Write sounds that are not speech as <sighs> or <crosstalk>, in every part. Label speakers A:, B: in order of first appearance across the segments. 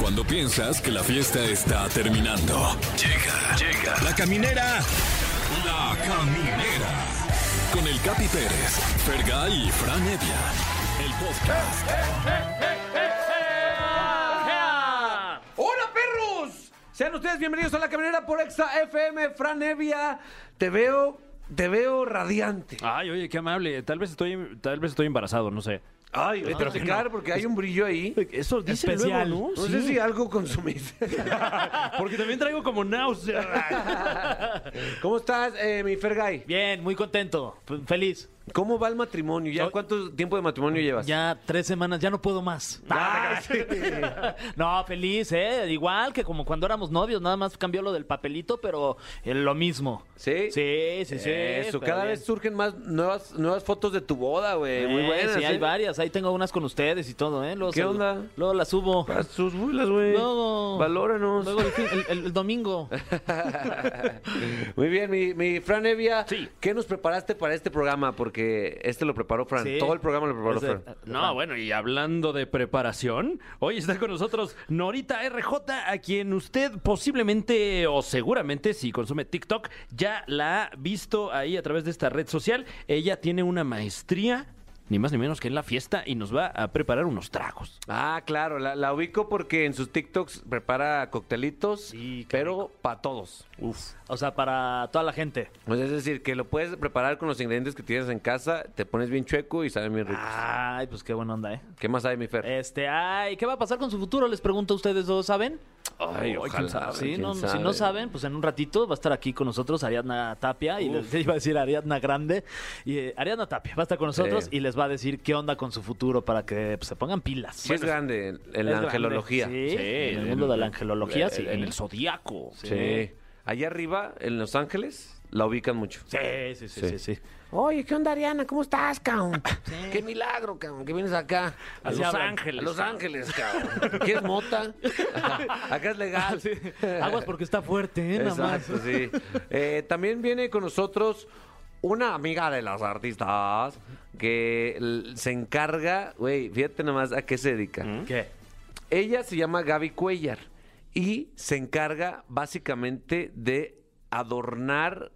A: Cuando piensas que la fiesta está terminando. Llega, llega. La caminera. La caminera. Con el Capi Pérez, Fergay y Fran Evia. El podcast.
B: ¡Hola, perros! Sean ustedes bienvenidos a La Caminera por Exa FM. Fran Evia, te veo, te veo radiante.
C: Ay, oye, qué amable. Tal vez estoy, tal vez estoy embarazado, no sé.
B: Ay, vete a checar porque hay un brillo ahí.
C: Eso dice
D: Especial.
C: luego, ¿no?
B: No sé si algo
D: <laughs>
B: consumiste.
C: Porque también traigo como náusea.
B: ¿Cómo estás, eh, mi Fergay?
D: Bien, muy contento, f- feliz.
B: ¿Cómo va el matrimonio? ¿Ya
D: Soy-
B: cuánto tiempo de matrimonio llevas?
D: Ya tres semanas, ya no puedo más. <laughs>
B: Ah, sí.
D: No, feliz, ¿eh? Igual que como cuando éramos novios, nada más cambió lo del papelito, pero eh, lo mismo.
B: ¿Sí?
D: Sí, sí, sí.
B: Eso,
D: pero
B: cada
D: bien.
B: vez surgen más nuevas, nuevas fotos de tu boda, güey. Muy
D: Eh,
B: buenas.
D: Sí, hay
B: ¿eh?
D: varias, ahí tengo unas con ustedes y todo, ¿eh? Luego
B: ¿Qué
D: se-
B: onda?
D: Luego las subo.
B: Ah, Sus bulas, güey.
D: Luego.
B: Valóranos.
D: Luego el, fin- el- el-
B: <laughs>
D: el domingo.
B: Muy bien, mi, mi Fran Evia,
C: Sí.
B: ¿qué nos preparaste para este programa? Porque este lo preparó Fran,
D: Sí.
B: todo el programa lo preparó
D: Desde-
B: Fran.
C: <laughs> No, bueno, y hablando de preparación, hoy está con nosotros Norita RJ, a quien usted posiblemente o seguramente, si consume TikTok, ya la ha visto ahí a través de esta red social. Ella tiene una maestría, ni más ni menos que en la fiesta, y nos va a preparar unos tragos.
B: Ah, claro, la, la ubico porque en sus TikToks prepara coctelitos,
D: Sí, qué
B: pero para todos.
D: Uf. O sea, para toda la gente.
B: O sea, es decir, que lo puedes preparar con los ingredientes que tienes en casa, te pones bien chueco y saben bien ricos.
D: Ay, pues qué buena onda, ¿eh?
B: ¿Qué más hay, mi Fer?
D: Este, ay, ¿qué va a pasar con su futuro? Les pregunto a ustedes dos, ¿saben?
B: Ay,
C: quién
B: ojalá,
C: sabe,
D: Sí,
B: quién
D: no, si
B: sabe.
D: no saben, pues en un ratito va a estar aquí con nosotros Ariadna Tapia y les <laughs> iba a decir Ariadna Grande y eh, Ariadna Tapia va a estar con nosotros
B: Sí.
D: y les va a decir qué onda con su futuro para que pues, se pongan pilas.
B: Sí es grande en- en la
D: Es grande,
B: angelología.
D: Sí, en el mundo de la angelología,
C: en-
D: sí.
C: En el zodíaco.
B: Sí. Allá arriba, en Los Ángeles, la ubican mucho.
D: Sí, sí, sí, sí, sí.
B: Oye, ¿qué onda, Ariana? ¿Cómo estás, cabrón? Qué milagro, cabrón, que vienes acá.
C: A Los
D: hablan.
C: Ángeles.
B: A Los Ángeles, cabrón. ¿Quieres mota? acá es legal.
D: Aguas porque está fuerte, ¿eh? Nada más.
B: Exacto, sí. Eh, también viene con nosotros una amiga de las artistas que l- se encarga, güey, fíjate nomás a qué se dedica.
D: ¿Qué?
B: Ella se llama Gaby Cuellar y se encarga básicamente de adornar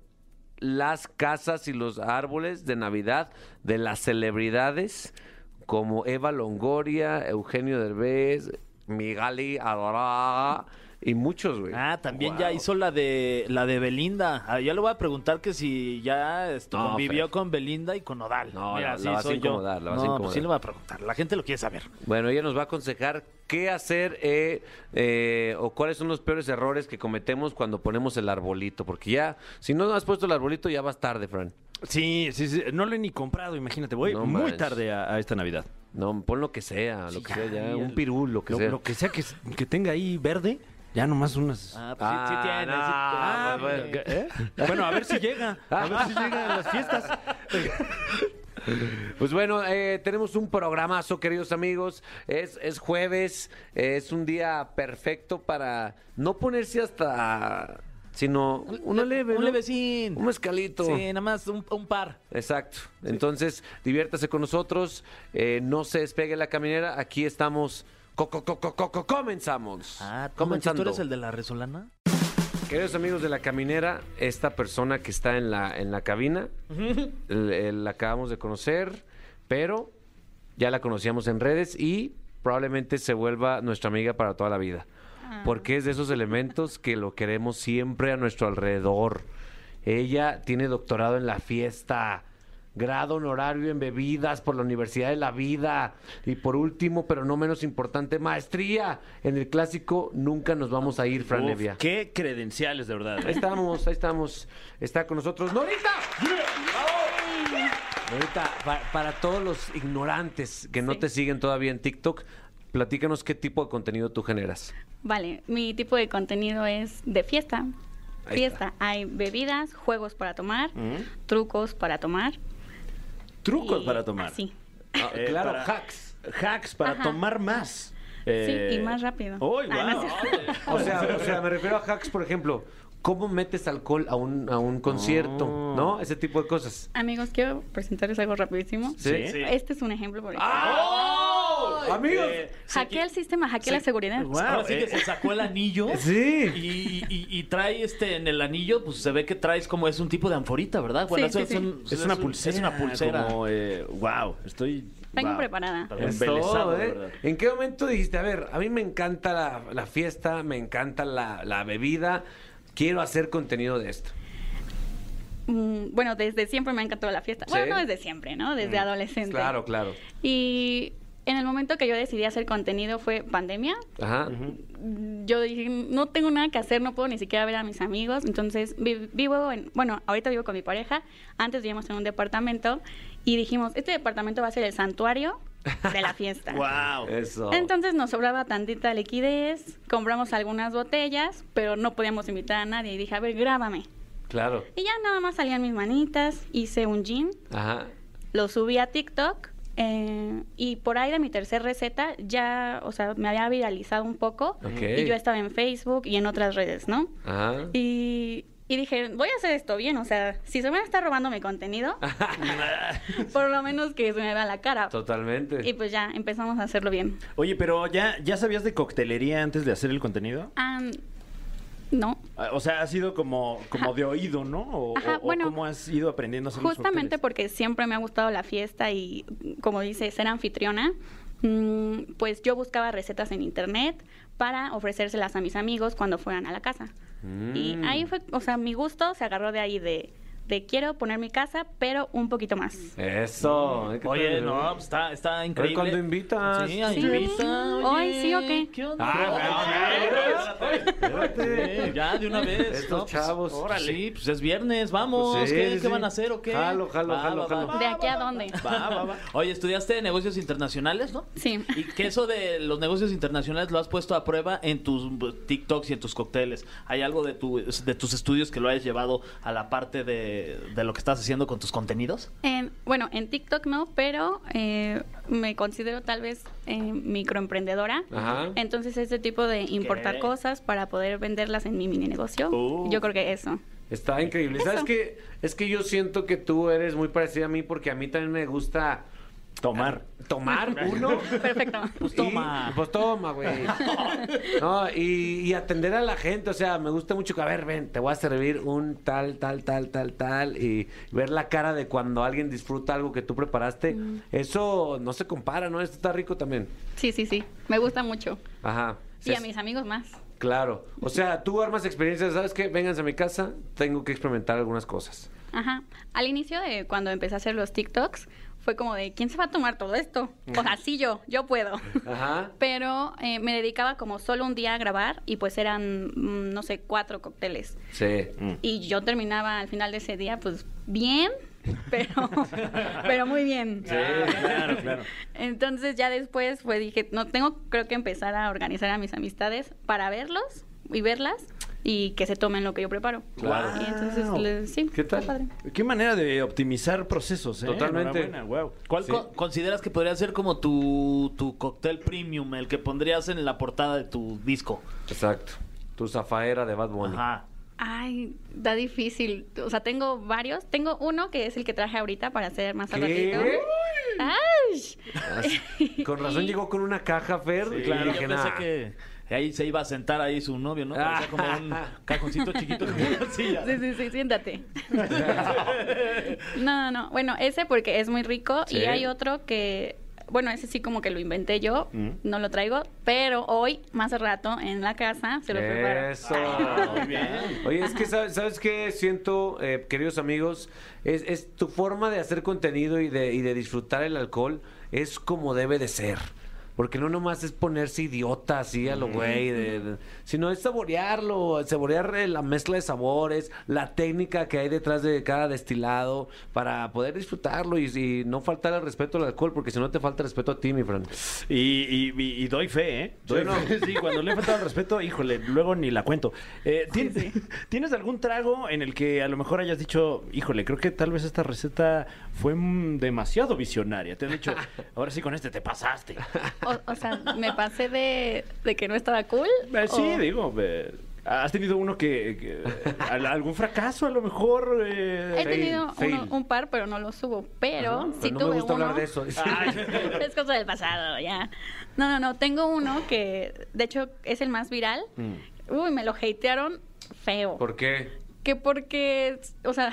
B: las casas y los árboles de Navidad de las celebridades como Eva Longoria, Eugenio Derbez, Migali Adorada y muchos, güey.
D: Ah, también ya hizo la de la de Belinda. Ah, yo le voy a preguntar que si ya este,
B: No,
D: convivió
B: Fer.
D: con Belinda y con Nodal.
B: No, la- la vas a incomodar, la vas a
D: no, pues
B: incomodar.
D: sí le voy a preguntar. La gente lo quiere saber.
B: Bueno, ella nos va a aconsejar qué hacer eh, eh, o cuáles son los peores errores que cometemos cuando ponemos el arbolito. Porque ya, si no has puesto el arbolito, ya vas tarde, Fran.
C: Sí, sí, sí. No lo he ni comprado, imagínate. Voy
B: No
C: muy
B: manches.
C: tarde a, a esta Navidad.
B: No, pon lo que sea, lo
C: Sí,
B: que
C: ya,
B: sea, ya,
C: ya.
B: un pirul, lo que
C: lo,
B: sea.
C: lo que sea que, que tenga ahí verde, ya nomás unas.
D: Ah, pues sí, sí tiene. sí-
B: Ah,
D: ah,
B: no, pues,
D: mire.
B: bueno.
C: ¿Eh? Bueno, a ver si llega. A ver si llega a las fiestas.
B: Pues bueno, eh, tenemos un programazo, queridos amigos. Es, es jueves, eh, es un día perfecto para no ponerse hasta, sino una leve,
D: Un
B: ¿no?
D: levecín.
B: un mezcalito.
D: Sí, nada más un, un par.
B: Exacto. Entonces, diviértase con nosotros, eh, no se despegue la caminera, aquí estamos. Co- co- co- co- co- co- comenzamos.
D: Ah, ¿tú,
B: comenzando.
D: ¿tú eres el de la resolana?
B: Queridos amigos de la caminera, esta persona que está en la, en la cabina, l- eh, la acabamos de conocer, pero ya la conocíamos en redes y probablemente se vuelva nuestra amiga para toda la vida. Porque es de esos elementos que lo queremos siempre a nuestro alrededor. Ella tiene doctorado en la fiesta, grado honorario en bebidas por la Universidad de la Vida y por último, pero no menos importante, maestría en el clásico Nunca nos vamos a ir, Fran
C: Uf,
B: Evia.
C: Qué credenciales, de verdad. ¿eh?
B: Ahí estamos, ahí estamos. Está con nosotros Norita. Norita, pa- para, todos los ignorantes que no te siguen todavía en TikTok, platícanos qué tipo de contenido tú generas.
E: Vale, mi tipo de contenido es de fiesta.
B: Ahí
E: fiesta. Hay bebidas, juegos para tomar, trucos para tomar.
C: Trucos
E: y
C: para tomar. Eh,
E: así.
B: Ah, claro,
C: para-
B: hacks.
C: Hacks para
E: Ajá.
C: tomar más.
E: Sí, y más rápido.
C: ¡Uy,
E: Ah, no
C: guau!
E: es cierto.
B: O sea, o sea, me refiero a hacks, por ejemplo, cómo metes alcohol a un, a un concierto,
C: Oh.
B: ¿no? Ese tipo de cosas.
E: Amigos, quiero presentarles algo rapidísimo.
C: Sí.
B: Sí.
E: Este es un ejemplo, por ejemplo.
B: ¡Ah! Amigos.
C: Eh,
E: Hackea el sistema, hackea la seguridad.
C: Guau.
D: Pues Ahora sí
C: eh.
D: que se sacó el anillo.
B: <laughs> Sí.
D: Y, y- y trae este en el anillo, pues se ve que traes como es un tipo de anforita, ¿verdad?
E: Sí, sí,
D: eso
E: sí.
D: un-
C: Es una
D: un-
C: pulsera.
D: Es una pulsera.
C: Como, eh, wow, estoy.
E: Vengo
C: wow.
E: preparada.
C: Perdón,
B: Es
C: embelesado,
B: todo,
C: de
B: ¿eh?
C: verdad.
B: ¿En qué momento dijiste, a ver, a mí me encanta la, la fiesta, me encanta la, la bebida, quiero hacer contenido de esto?
E: Mm, bueno, desde siempre me ha encantado la fiesta.
B: Sí.
E: Bueno, no desde siempre, ¿no? Desde adolescente.
B: Claro, claro.
E: Y en el momento que yo decidí hacer contenido fue pandemia.
B: Ajá.
E: Yo dije, no tengo nada que hacer, no puedo ni siquiera ver a mis amigos. Entonces vi- vivo en, bueno, ahorita vivo con mi pareja. Antes vivíamos en un departamento y dijimos, este departamento va a ser el santuario de
D: <laughs>
E: la fiesta.
D: Wow.
B: Eso.
E: Entonces nos sobraba tantita liquidez, compramos algunas botellas, pero no podíamos invitar a nadie. Y dije, a ver, grábame.
B: claro.
E: Y ya nada más salían mis manitas, hice un jean,
B: Ajá.
E: lo subí a TikTok eh, y por ahí de mi tercera receta ya, o sea, me había viralizado un poco
B: Ok.
E: y yo estaba en Facebook y en otras redes, ¿no?
B: Ajá.
E: Y, y dije, voy a hacer esto bien, o sea, si se me está robando
B: <laughs>
E: mi contenido, <laughs> por lo menos que se me vea la cara.
B: Totalmente.
E: Y pues ya empezamos a hacerlo bien.
C: Oye, pero ya, ¿ya sabías de coctelería antes de hacer el contenido?
E: Ah, no,
C: Ah, O sea, ha sido como, como de oído, ¿no? O,
E: Ajá,
C: o- o
E: bueno,
C: cómo has ido aprendiendo a hacer los
E: Justamente
C: cócteles?
E: porque siempre me ha gustado la fiesta y, como dice, ser anfitriona, mm, pues yo buscaba recetas en internet para ofrecérselas a mis amigos cuando fueran a la casa. Y ahí fue, o sea, mi gusto se agarró de ahí de, de quiero poner mi casa, pero un poquito más.
B: Eso. ¿qué
D: Oye,
B: tal?
D: no, pues, está, está increíble.
B: ¿cuándo invitas?
D: Sí,
E: Sí.
D: invita. oye,
E: Hoy sí, ¿o qué?
D: onda?
B: Ah,
D: Sí, ya, de una vez.
B: Estos
D: ¿no? Pues,
B: chavos.
D: órale. Sí, pues es viernes, vamos.
B: Pues sí,
D: ¿Qué,
B: sí,
D: qué van
B: sí.
D: a hacer o qué?
B: Jalo, jalo, jalo, jalo.
E: <laughs> ¿De aquí a dónde?
D: Va, va, va. Oye, estudiaste negocios internacionales, ¿no?
E: Sí.
D: Y que eso de los negocios internacionales lo has puesto a prueba en tus TikToks y en tus cócteles. ¿Hay algo de, tu, de tus estudios que lo hayas llevado a la parte de, de lo que estás haciendo con tus contenidos?
E: En- Em, bueno, en TikTok no, pero eh, me considero tal vez eh, microemprendedora.
B: Ajá.
E: Entonces, este tipo de importar
D: Ok.
E: cosas para poder venderlas en mi mini negocio,
D: Uh.
E: yo creo que eso.
B: Está increíble. ¿Sabes qué? Es que yo siento que tú eres muy parecida a mí porque a mí también me gusta
C: Tomar.
D: <laughs>
B: tomar uno.
E: Perfecto.
D: Pues toma.
B: Y, pues toma, güey. No, y, y atender a la gente, o sea, me gusta mucho que, a ver, ven, te voy a servir un tal, tal, tal, tal, tal, y ver la cara de cuando alguien disfruta algo que tú preparaste,
E: Mm.
B: eso no se compara, ¿no? Esto está rico también.
E: Sí, sí, sí. Me gusta mucho.
B: Ajá.
E: Y a
B: Sí,
E: mis amigos más.
B: Claro. O sea, tú armas experiencias, ¿sabes qué? Vénganse a mi casa, tengo que experimentar algunas cosas.
E: Ajá. Al inicio de cuando empecé a hacer los TikToks, fue como de, ¿quién se va a tomar todo esto? O sea, sí yo, yo puedo.
B: Ajá.
E: Pero eh, me dedicaba como solo un día a grabar y pues eran, mm, no sé, cuatro cócteles.
B: Sí.
D: Mm.
E: Y yo terminaba al final de ese día, pues bien, pero, pero muy bien.
C: claro, claro.
E: Entonces ya después pues dije, no tengo creo que empezar a organizar a mis amistades para verlos y verlas y que se tomen lo que yo preparo.
B: Claro.
E: Y entonces
C: Wow.
E: le- sí,
B: ¿Qué
E: está
B: tal?
E: padre.
C: Qué manera de optimizar procesos, ¿eh?
B: Totalmente.
C: Enhorabuena, guau.
D: ¿Cuál
B: Sí.
D: co- consideras que podría ser como tu, tu cóctel premium, el que pondrías en la portada de tu disco?
B: Exacto. Tu zafaera de Bad Bunny.
D: Ajá.
E: Ay, da difícil. O sea, tengo varios. Tengo uno que es el que traje ahorita para hacer más al
B: ¿Qué?
E: ratito. Ay.
B: Así- Con razón
E: Y-
B: llegó con una caja, Fer. y
D: claro,
B: dije,
D: yo pensé
B: "Nah".
D: que ahí se iba a sentar ahí su novio, ¿no? Parecía como
E: <laughs>
D: un cajoncito chiquito como una silla.
E: Sí, sí, sí, siéntate.
D: <laughs>
E: No, no, no. Bueno, ese porque es muy rico.
B: Sí.
E: Y hay otro que, bueno, ese sí como que lo inventé yo,
B: Mm.
E: no lo traigo, pero hoy, más al rato, en la casa, se lo Ah, preparo.
B: Eso.
D: Muy bien.
B: Oye, es que sabes, ¿sabes qué siento, eh, queridos amigos, es, es tu forma de hacer contenido y de, y de disfrutar el alcohol es como debe de ser. Porque no nomás es ponerse idiota así a lo güey, de- de- sino es saborearlo, saborear eh, la mezcla de sabores, la técnica que hay detrás de cada destilado para poder disfrutarlo y, y no faltar al respeto al alcohol, porque si no te falta respeto a ti, mi Fran.
C: Y, y- y- y doy fe, ¿eh? Doy
B: ¿Sí o no?
C: fe. <laughs> Sí, cuando le he faltado el respeto, híjole, luego ni la cuento. Eh, ¿tien- <laughs> ¿Tienes algún trago en el que a lo mejor hayas dicho, híjole, creo que tal vez esta receta fue mm, demasiado visionaria? Te han <laughs> dicho, ahora sí con este te pasaste.
E: O, o sea, me pasé de, de que no estaba cool.
C: Eh, sí,
E: o-
C: digo, eh, ¿Has tenido uno que. que- al- algún fracaso a lo mejor? eh?
E: He tenido
B: fail.
E: uno- un par, pero no lo subo. Pero
B: Ajá,
E: sí
B: pero no
E: tuve
B: me gusta
E: uno.
B: hablar de eso.
E: <laughs> es cosa del pasado, ya. No, no, no. Tengo uno que, de hecho, es el más viral.
B: Mm.
E: Uy, me lo hatearon feo.
B: <laughs> ¿Por qué?
E: Que porque, o sea,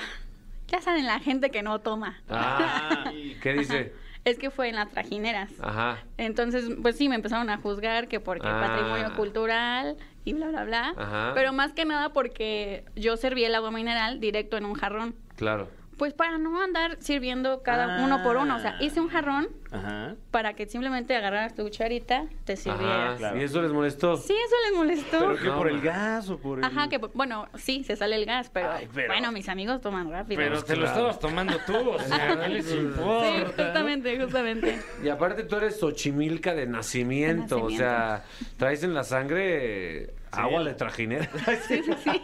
E: ya saben la gente que no toma.
B: Ah, ¿qué dice?
E: Es que fue en las trajineras.
B: Ajá.
E: Entonces, pues sí, me empezaron a juzgar que porque
B: Ah.
E: patrimonio cultural y bla, bla, bla.
B: Ajá.
E: Pero más que nada porque yo serví el agua mineral directo en un jarrón.
B: Claro.
E: Pues para no andar sirviendo cada
D: Ah.
E: uno por uno. O sea, hice un jarrón
D: Ajá.
E: para que simplemente agarraras tu cucharita, te
B: Ajá.
E: sirvieras.
B: ¿Y eso les molestó?
E: Sí, eso les molestó.
C: ¿Pero que
B: No,
C: por el
B: man.
C: gas o por el.?
E: Ajá, que bueno, sí, se sale el gas, pero,
C: Ay, pero-
E: bueno, mis amigos toman rápido.
F: Pero te lo estabas tomando tú, o
E: <laughs>
F: sea, ¿qué les importa?
E: sí, justamente, justamente.
B: Y aparte tú eres Xochimilca de nacimiento,
E: De nacimiento.
B: o sea, traes en la sangre agua de <laughs> trajinera.
E: Sí, sí, sí.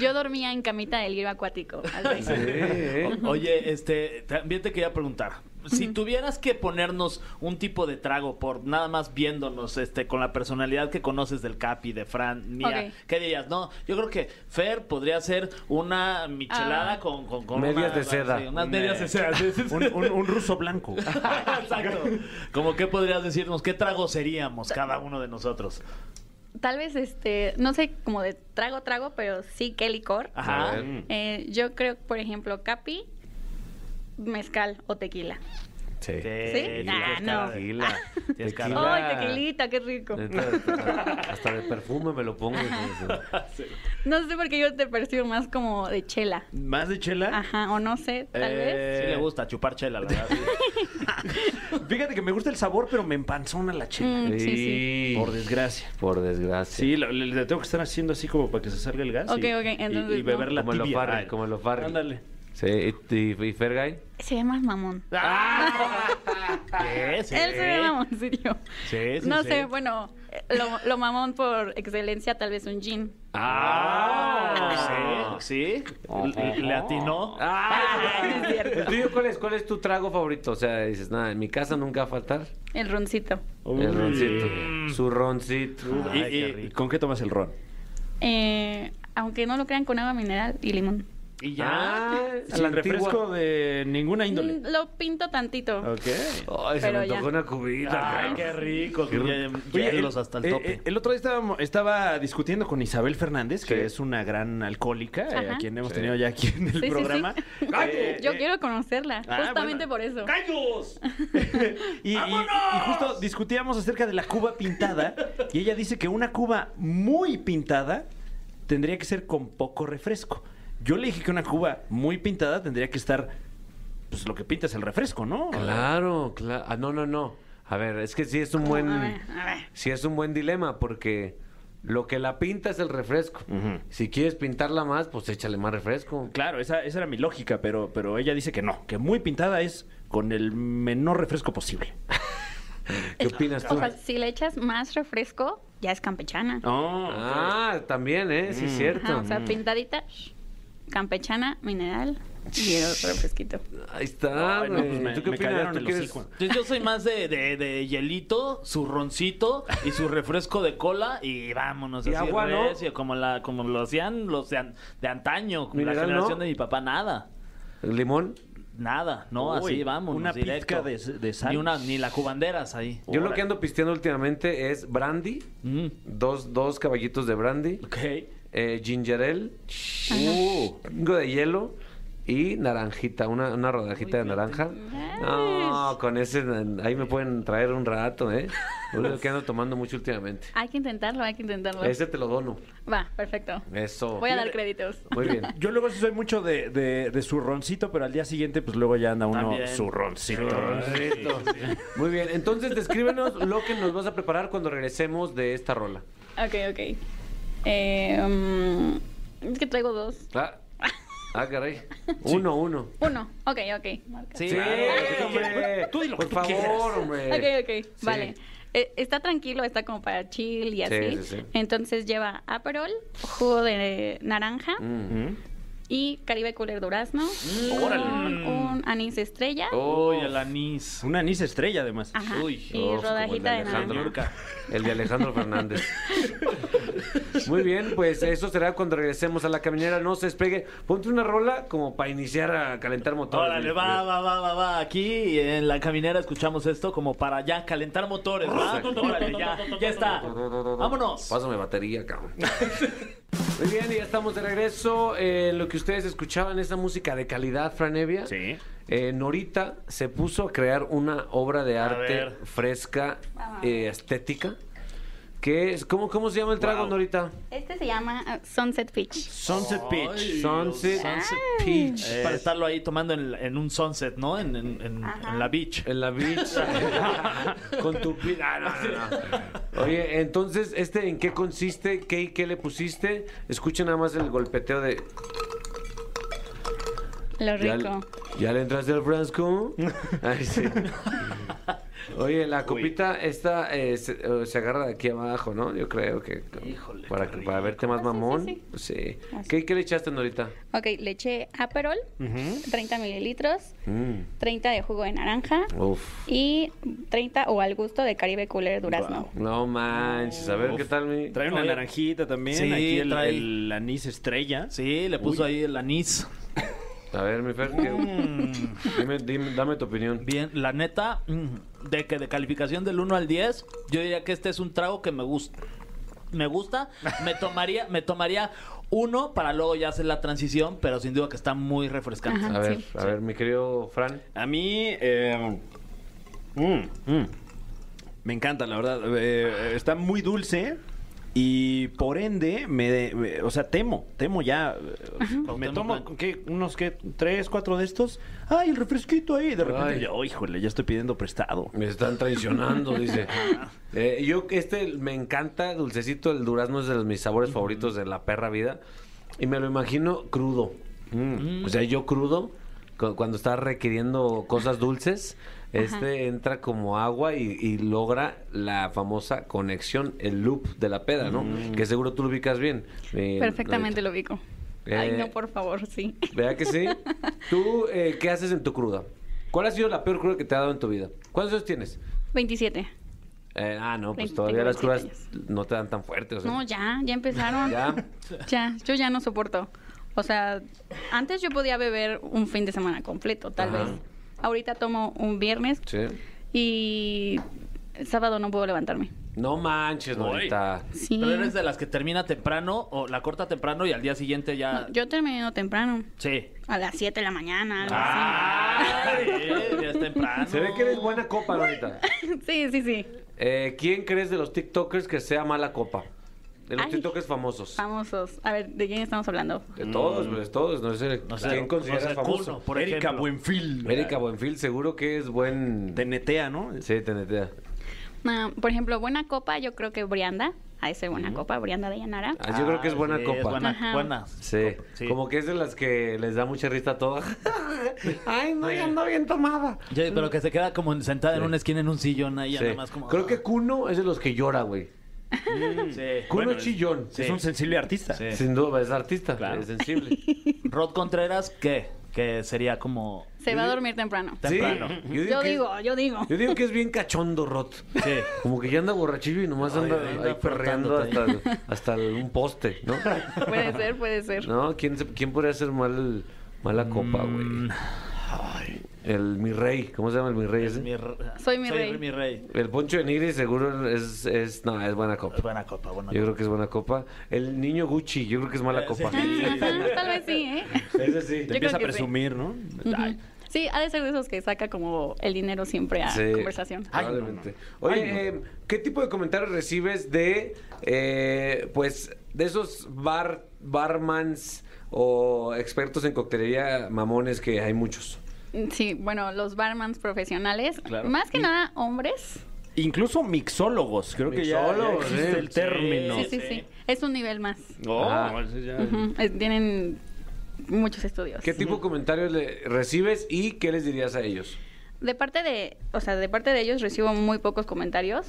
E: Yo dormía en camita del guía acuático. al rey.
B: Sí, ¿eh?
D: O- Oye, este, también te quería preguntar. Si tuvieras que ponernos un tipo de trago por nada más viéndonos, este, con la personalidad que conoces del Capi, de Fran, mía,
E: Ok.
D: ¿qué dirías? No, yo creo que Fer podría ser una michelada
E: Ah.
D: con, con, con
B: Medias
D: una-
B: de seda.
D: sí, unas medias de seda. <laughs> sí, sí, sí.
C: Un, un- un ruso blanco.
D: Exacto. Como qué podrías decirnos, qué trago seríamos cada uno de nosotros.
E: Tal vez, este, no sé, como de trago, trago, pero sí que licor.
B: A
D: Ajá.
B: ver.
E: Eh, yo creo, por ejemplo, capi, mezcal o tequila.
B: Sí.
E: ¿Sí? Nah, no. <laughs>
B: Tequila.
D: Tienes cara.
C: Ah.
B: Tequila.
E: ¡Ay, tequilita, qué rico!
B: Neta, Hasta, hasta de perfume me lo pongo.
E: <laughs> No sé por qué yo te percibo más como de chela.
C: ¿Más de chela?
E: Ajá, o no sé, Ah, tal
C: Eh.
E: vez.
D: Sí le gusta chupar chela, la verdad.
C: <laughs> Fíjate que me gusta el sabor, pero me empanzona la chela.
E: Mm, sí, sí.
B: Sí.
C: Por desgracia.
B: Por desgracia.
C: Sí, lo- le, le tengo que estar haciendo así como para que se salga el gas.
E: Ok,
C: y,
E: ok,
C: y-
E: entonces
C: Y,
E: no.
C: beber la
B: Como los
C: tibia.
B: Farrell,
C: Ay.
B: como los Farrell.
C: Ándale.
B: Sí, ¿Y, y, y Fergay?
E: Se ve más mamón.
C: Ah.
D: Sí, sí.
E: <laughs> Él se ve mamón, sí, yo.
D: Sí, sí,
E: no
D: sí.
E: sé, bueno, eh, lo, lo mamón por excelencia, tal vez un jean.
D: Ah, sí, sí. Le- Le atinó.
B: Ah.
E: No es cierto.
B: ¿El tuyo cuál es? ¿Cuál es tu trago favorito? O sea, dices, nada, en mi casa nunca va a faltar
E: El roncito.
B: el roncito.
C: Mm.
B: Su roncito.
C: ¿Y, y- con qué tomas el ron?
E: Eh, aunque no lo crean con agua mineral y limón.
D: Y ya.
B: Ah, a la
C: Sin refresco de ninguna índole.
E: Mm, Lo pinto tantito.
C: Ok.
B: antigua. Ay, se
E: Pero
B: me
E: ya.
B: antojó una cubita.
D: Ay, qué rico.
B: Qué
D: Ya- ya hielos hasta el
C: eh,
D: tope.
C: eh, el otro día estábamos- estaba discutiendo con Isabel Fernández, que
B: Sí.
C: es una gran alcohólica, eh,
E: Ajá.
C: a quien hemos
B: Sí.
C: tenido ya aquí en el
E: Sí, sí, sí. <laughs>
C: programa. Eh,
E: Yo
C: eh,
E: quiero conocerla,
C: ah,
E: justamente
C: bueno.
E: por eso.
D: ¡Gallos!
C: <laughs> Y, y- y justo discutíamos acerca de la Cuba pintada y ella dice que una Cuba muy pintada tendría que ser con poco refresco. Yo le dije que una Cuba muy pintada tendría que estar, pues lo que pinta es el refresco, ¿no?
B: Claro, claro. Ah, no, no, no. A ver, es que sí es un buen.
E: A ver, a ver.
B: Sí es un buen dilema, porque lo que la pinta es el refresco. Si quieres pintarla más, pues échale más refresco.
C: Claro, esa, esa era mi lógica, pero, pero ella dice que no, que muy pintada es con el menor
B: <laughs>
C: refresco posible.
B: ¿Qué opinas tú?
E: O sea, si le echas más refresco, ya es campechana.
C: Oh, pues.
B: Ah, también, ¿eh? Sí, es cierto.
E: Ajá, o sea, pintadita, shh, campechana, mineral y el refresquito.
B: Ahí está.
C: Ay, no, pues
B: güey.
C: me-
B: ¿Tú qué
C: me
B: opinas?
C: callaron
B: ¿Tú
C: el
B: quieres-
C: hocico.
D: Entonces yo soy más de, de, de hielito, su roncito y su refresco de cola y vámonos.
B: Y
D: así
B: agua, ¿no?
D: recio, como, la, como lo hacían los de, an- de antaño, la
B: Mineral,
D: generación
B: ¿no?
D: de mi papá, nada.
B: ¿Limón?
D: Nada, no,
C: Uy,
D: así vámonos.
C: una pizca
D: directo.
C: de- de sal.
D: Ni, una, ni la cubanderas ahí.
B: Yo lo que ando pisteando últimamente es brandy,
D: Mm.
B: dos, dos caballitos de brandy,
D: Ok.
B: eh, ginger ale, uh, chingo de hielo y naranjita, una, una rodajita de naranja. No, con ese, ahí me pueden traer un rato, ¿eh? Es lo que ando tomando mucho últimamente.
E: Hay que intentarlo, hay que intentarlo.
B: Ese te lo dono.
E: Va, perfecto.
B: Eso.
E: Voy a dar créditos.
B: Muy bien.
C: Yo luego sí soy mucho de, de, de zurroncito, pero al día siguiente, pues luego ya anda uno
D: También.
C: zurroncito.
B: Perfecto. Muy bien. Entonces, descríbenos lo que nos vas a preparar cuando regresemos de esta rola.
E: Ok, ok. Eh, mm, es que traigo dos.
B: Ah, ah, caray. Uno, uno.
E: Uno. Ok, ok. marca.
D: Sí,
B: Sí,
D: claro.
B: hombre.
C: Tú di lo
B: Por
C: que tú
B: favor,
C: quieras.
B: hombre.
E: Ok, ok.
B: Sí.
E: Vale. Eh, está tranquilo, está como para chill y así.
B: sí, sí. Mm.
E: Entonces lleva Aperol, jugo de naranja, y Caribe Cooler Durazno.
D: órale.
E: con un anís estrella.
D: Uy, el anís.
C: Una anís estrella, además.
E: Ajá,
D: uy,
E: y
B: Oh, como el de
E: rodajita de
B: Alejandro.
E: naranja.
D: Nurka.
B: El de Alejandro Fernández. Muy bien, pues eso será cuando regresemos a la caminera. No se despegue. Ponte una rola como para iniciar a calentar motores.
D: Órale,
B: Luis.
D: va, va, va, va, va. Aquí en la caminera escuchamos esto como para ya calentar motores, ¿va? Órale, ya,
C: <laughs>
D: ya está. Vámonos.
B: Pásame batería, cabrón. Muy bien, y ya estamos de regreso. Eh, lo que ustedes escuchaban, esa música de calidad, Franevia.
C: Sí.
B: Eh, Norita se puso a crear una obra de arte
D: ver.
B: fresca,
E: Ah.
B: eh, estética. Que es, ¿cómo, ¿Cómo se llama el trago, Norita?
E: Este se llama ah, Sunset Peach.
C: Sunset Beach.
D: Ay,
B: Sunset, Peach.
D: Para estarlo ahí tomando en, en un sunset, ¿no? En, en- en-
E: Ajá.
D: en la beach.
B: En la beach. Con tu pi- Ah, no, no, no. Oye, entonces, ¿este en qué consiste? ¿Qué, ¿Qué le pusiste? Escuchen nada más el golpeteo de.
E: Lo
B: ¿Ya,
E: rico.
B: ¿ya le entraste al
E: <laughs>
B: frasco? Ay, sí. Oye, la copita esta eh, se, eh, se agarra de aquí abajo, ¿no? Yo creo que.
D: Híjole,
B: Para,
D: qué
B: que- para verte más
E: Ah, sí, sí,
B: mamón. Sí.
E: sí. Así.
B: ¿Qué, ¿Qué le echaste, Norita?
E: Ok, le eché Aperol, 30 mililitros, 30 de jugo de naranja
B: Uf.
E: y 30 o al gusto de Caribe Cooler Durazno.
B: No manches. A ver, ¿qué tal, mi?
C: Trae una
D: Oye.
C: naranjita también.
D: Sí,
C: Aquí el,
D: trae-
C: el anís estrella.
D: Sí, le puso ahí el anís.
B: A ver, mi Fer. ¿qué-
D: Mm.
B: Dime, dime- dame tu opinión.
D: Bien, la neta, mm, de que de calificación del 1 al 10, yo diría que este es un trago que me gusta.
C: <laughs>
D: Me gusta, me tomaría, me tomaría uno para luego ya hacer la transición, pero sin duda que está muy refrescante.
E: Ajá.
B: A ver,
E: Sí,
B: a ver, mi querido Fran.
C: A mí. eh, mm, mm. me encanta, la verdad. Eh, está muy dulce. Y por ende, me, me- o sea, temo, temo ya. eh, Me
D: Cuauhtémoc
C: tomo
D: Blanco.
C: ¿qué? unos que tres, cuatro de estos. Ay, el refresquito ahí. De repente,
B: Ay.
C: ya, oh, híjole, ya estoy pidiendo prestado.
B: Me están traicionando, dice. Eh, yo, este me encanta, dulcecito, el durazno es de los- mis sabores favoritos de la perra vida. Y me lo imagino crudo. O sea, yo crudo, cu- cuando está requiriendo cosas dulces, este entra como agua y, y logra la famosa conexión, el loop de la peda, ¿no? Que seguro tú lo ubicas bien. eh,
E: Perfectamente
B: Lolita.
E: lo ubico.
B: Eh,
E: Ay, no, por favor, sí.
B: ¿Verdad que
E: <laughs>
B: sí? ¿Tú eh, qué haces en tu cruda? ¿Cuál ha sido la peor cruda que te ha dado en tu vida? ¿Cuántos años tienes?
E: 27.
B: Eh, ah, no, pues
E: Veinte-
B: todavía
E: tengo
B: las crudas
E: 27
B: no te dan tan fuerte. O sea,
E: No, ya, ya empezaron.
B: Ya.
E: <laughs> Ya, yo ya no soporto. O sea, antes yo podía beber un fin de semana completo, tal
B: Ajá.
E: vez. Ahorita tomo un viernes
B: Sí.
E: y el sábado no puedo levantarme.
B: No manches, Norita.
E: Sí.
D: Pero eres de las que termina temprano o la corta temprano y al día siguiente ya.
E: No, yo termino temprano,
C: <laughs>
D: Sí.
E: a las 7 de la mañana, algo
D: Ay, eh, ya es temprano.
B: Se ve que eres buena copa, Norita.
E: así. <laughs> Sí, sí, sí.
B: Eh, ¿Quién crees de los TikTokers que sea mala copa? De los
E: Ay.
B: TikTokers famosos.
E: Famosos. A ver, ¿de quién estamos hablando?
B: De todos, pues todos. No sé,
D: Mm. No sé,
B: ¿quién
D: no
B: consideras
D: sé,
B: famoso?
D: Cuno, por
C: Erika
D: ejemplo.
C: Buenfil.
B: Erika Buenfil, seguro que es buen.
C: Tenetea, ¿no?
E: <laughs>
B: Sí, tenetea.
E: Ah, por ejemplo, buena copa, yo creo que Brianda. A ese buena copa, Brianda de Llanara.
B: Ah, yo creo que es buena
D: sí,
B: copa.
D: buena,
E: Ajá.
D: buena.
B: Sí.
D: Sí.
B: como que es de las que les da mucha risa a todas. <laughs> Ay, no, ya ando bien tomada.
D: Sí, pero que se queda como sentada en una esquina en un sillón ahí,
B: Sí.
D: nada más como. ah.
B: Creo que Cuno es de los que llora, güey.
D: Sí.
B: Cuno
C: Bueno, es-
B: chillón.
C: Es un sensible artista.
D: Sí.
B: Sin duda, es artista,
C: Claro.
B: es sensible.
D: Rod Contreras, ¿qué? Que sería como.
E: Se va a dormir temprano.
B: Sí,
D: Temprano.
B: yo digo,
E: Yo
B: que,
E: digo,
B: <laughs>
E: yo digo.
B: yo digo que es bien cachondo, Rot.
D: Sí.
B: Como que ya anda borrachillo y nomás
D: Ay,
B: anda,
D: anda
B: ahí perreando hasta,
D: frotándote.
B: hasta el- un poste, ¿no?
E: Puede ser, puede ser.
B: No, ¿quién, se- quién podría ser mal, mala copa, güey? El mi rey, ¿cómo se llama el mi rey
D: Es
B: ese?
D: mi re-
E: Soy mi rey.
D: mi rey.
B: El Poncho de Nigris seguro es, es, no, es buena copa.
D: Buena copa, buena
B: Yo creo que es buena copa. El niño Gucci, yo creo que es mala
D: Eh,
B: copa.
E: Ah, ajá, tal vez sí, ¿eh?
B: <laughs> Ese sí.
E: Yo
C: Empieza a
E: creo que sí.
C: presumir, ¿no? Ay,
E: Sí, ha de ser de esos que saca como el dinero siempre a
B: Sí,
E: conversación.
B: probablemente. Oye, eh, ¿qué tipo de comentarios recibes de, eh, pues, de esos bar, barmans o expertos en coctelería mamones que hay muchos?
E: Sí, bueno, los barmans profesionales, más que nada hombres.
C: Incluso mixólogos, creo que ya- ya,
B: Mixólogos,
C: existe
B: sí.
F: eh.
C: el término.
E: sí, sí, sí,
D: sí.
E: Es un nivel más.
C: Oh,
B: Ah.
C: eso ya-
E: Ujú, es- Tienen muchos estudios.
B: ¿Qué tipo de comentarios le recibes y qué les dirías a ellos?
E: De parte de, o sea, de parte de ellos recibo muy pocos comentarios,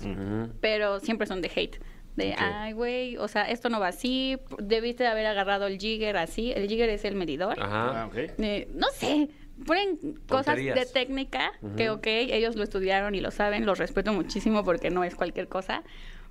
E: pero siempre son de hate. De,
B: Ok.
E: ay, güey, o sea, esto no va así, debiste de haber agarrado el jigger así, el jigger es el medidor.
F: Ah,
C: Ah,
B: Ajá.
E: Eh, no sé, ponen cosas
B: Tonterías.
E: de técnica que, ok, ellos lo estudiaron y lo saben, los respeto muchísimo porque no es cualquier cosa,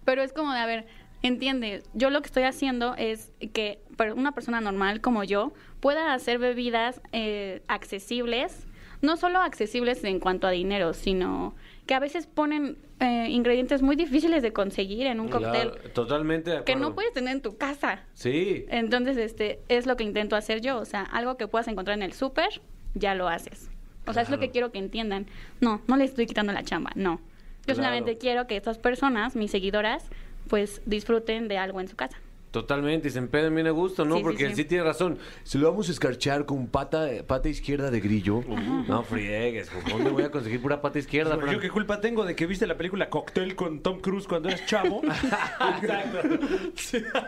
E: pero es como de, a ver, entiende, yo lo que estoy haciendo es que per- una persona normal como yo pueda hacer bebidas eh, accesibles, no solo accesibles en cuanto a dinero, sino que a veces ponen eh, ingredientes muy difíciles de conseguir en un cóctel
B: Claro, totalmente de
E: que
B: acuerdo.
E: no puedes tener en tu casa.
B: Sí.
E: Entonces, este, es lo que intento hacer yo. O sea, algo que puedas encontrar en el súper, ya lo haces. O sea, es lo que quiero que entiendan. No, no les estoy quitando la chamba, no. Yo
B: Claro.
E: solamente quiero que estas personas, mis seguidoras, pues disfruten de algo en su casa.
B: Totalmente, y se empedan bien a gusto, ¿no?
E: Sí, sí,
B: Porque sí,
E: sí.
B: tiene razón. Si lo vamos a escarchar con pata, pata izquierda de grillo, no friegues, ¿por ¿dónde voy a conseguir pura pata izquierda?
F: Pero
B: Fran?
F: yo qué culpa tengo de que viste la película Cocktail con Tom Cruise cuando eres chavo.
C: <laughs>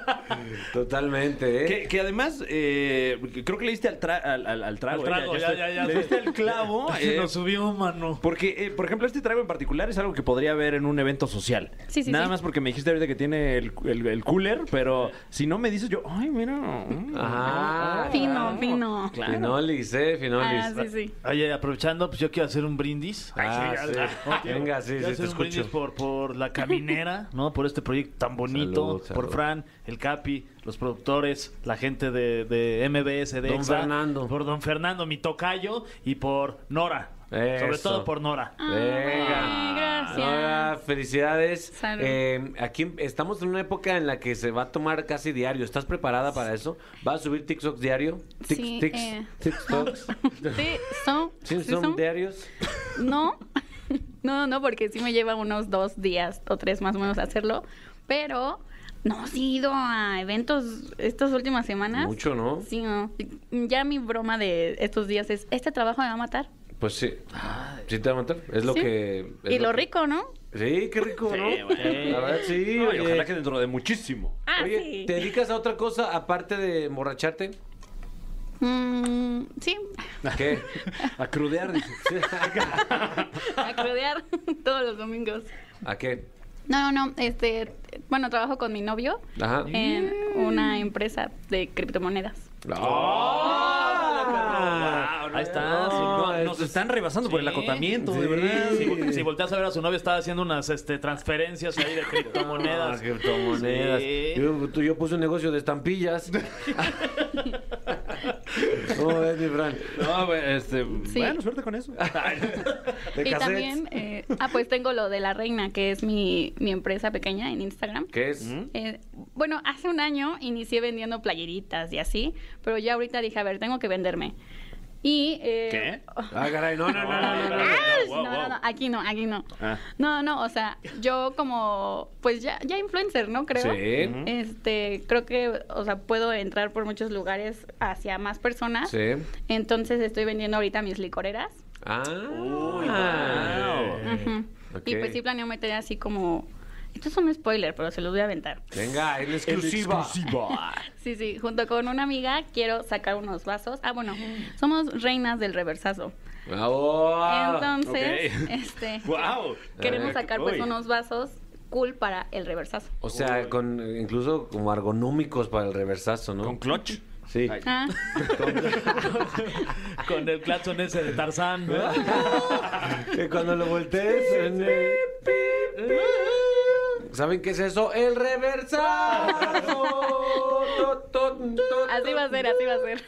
B: Totalmente, ¿eh?
F: Que, que además, eh, creo que le diste al, tra- al, al- al trago.
D: Al trago,
F: eh,
D: ya,
F: estoy-
D: ya, <laughs> ya.
F: Le diste al
B: <laughs>
C: <laughs>
F: clavo. eh,
D: Nos subió, mano.
F: Porque, eh, por ejemplo, este trago en particular es algo que podría haber en un evento social.
E: Sí, sí,
F: Nada
E: sí.
F: más porque me dijiste ahorita que tiene el, el- el cooler, pero si no me dices yo, ay, mira. mm,
B: Ajá.
F: ah,
E: Fino, fino.
F: Claro.
B: Finolis, ¿eh? Finolis.
E: Ah, sí, sí.
D: Oye, aprovechando, pues yo quiero hacer un brindis.
B: Ah, sí. <laughs> Venga, sí,
D: Quiero
B: sí, te
D: hacer un brindis
B: escucho.
D: por, por
B: <laughs>
D: la caminera, ¿no? Por este proyecto tan bonito.
B: Salud, salud.
D: Por Fran, el Capi, los productores, la gente de, de MBS, de
B: Don
D: Exa,
B: Fernando.
D: Por Don Fernando, mi tocayo, y por Nora. Sobre
B: Eso.
D: todo por Nora.
B: Venga.
E: Ay, gracias.
B: Ahora, felicidades.
E: Salud.
B: Eh, aquí estamos en una época en la que se va a tomar casi diario. ¿Estás preparada para eso? ¿Vas a subir TikToks diario? Tic-
E: Sí,
B: tics-
E: eh. <laughs>
B: TikToks.
E: Sí, son.
B: ¿Sí
E: sí
B: son
E: son.
B: diarios?
E: No, <laughs> no, no, porque sí me lleva unos dos días o tres más o menos hacerlo. Pero no, sí he ido a eventos estas últimas semanas.
B: Mucho, ¿no?
E: Sí, no. Ya mi broma de estos días es, este trabajo me va a matar.
B: Pues sí. Sí te va a matar. Es lo
E: Sí.
B: que... es
E: Y lo
B: que-
E: rico, ¿no?
B: Sí, qué rico, ¿no?
F: bueno.
B: La verdad, sí.
F: No, y
B: oye.
F: ojalá que dentro de muchísimo.
E: Ah,
B: Oye,
E: sí.
B: ¿te dedicas a otra cosa aparte de emborracharte?
E: Mm, sí, <laughs>
B: ¿Qué? <laughs>
F: A crudear, dice.
E: a crudear <laughs> todos los domingos.
B: ¿A qué?
E: No, no, no, este, bueno, trabajo con mi novio
B: Ajá.
E: en
B: Mm.
E: una empresa de criptomonedas.
F: Ah.
D: Ahí está. su-
B: No,
D: no,
B: es-
F: Nos están rebasando por el
D: Sí.
F: acotamiento,
B: Sí.
F: de verdad.
D: Si, vol- si volteas a ver a su novia, estaba haciendo unas este, transferencias ahí de
B: <laughs> Ah,
D: criptomonedas.
B: criptomonedas.
D: Sí.
B: Yo, tú- yo puse un negocio
F: <laughs>
B: de estampillas. ¿Cómo ves, mi Fran?
F: No, este,
E: Sí.
F: bueno, suerte con <laughs> eso.
B: De
E: y
B: cassettes.
E: también, eh, ah, pues tengo lo de La Reina, que es mi, mi empresa pequeña en Instagram.
B: ¿Qué es?
F: ¿Mm?
E: Eh, bueno, hace un año inicié vendiendo playeritas y así, pero ya ahorita dije, a ver, tengo que venderme. Y... <laughs> eh,
B: Ah, caray, no, no, no, no, no, no.
E: Ah,
F: wow,
E: no, no,
F: wow.
E: no, aquí no, aquí no.
F: Ah.
E: No, no, o sea, yo como, pues ya, ya influencer, ¿no? Creo.
B: Sí.
E: Este, creo que, o sea, puedo entrar por muchos lugares hacia más personas.
B: Sí.
E: Entonces estoy vendiendo ahorita mis licoreras.
B: Ah.
E: Ujú. Y
B: Eh, Ok.
E: pues sí planeo meter así como, esto es un spoiler, pero se los voy a aventar.
B: Venga, en exclusiva.
E: Sí, sí, junto con una amiga quiero sacar unos vasos. Ah, bueno, somos reinas del reversazo.
B: Bravo.
E: Entonces,
F: ok.
E: <laughs> este,
F: Wow.
E: queremos
B: Eh,
E: sacar pues
F: uy.
E: unos vasos cool para el reversazo.
B: O sea, con incluso como ergonómicos para el reversazo, ¿no?
F: Con clutch.
B: Sí.
F: Ay.
E: Ah,
D: <laughs> Con el claxon ese de
B: <laughs>
D: Tarzán. ¿no?
B: Que cuando lo voltees. en el- ¿Saben qué es eso? ¡El reversazo!
E: <laughs> así va a ser, así va a ser.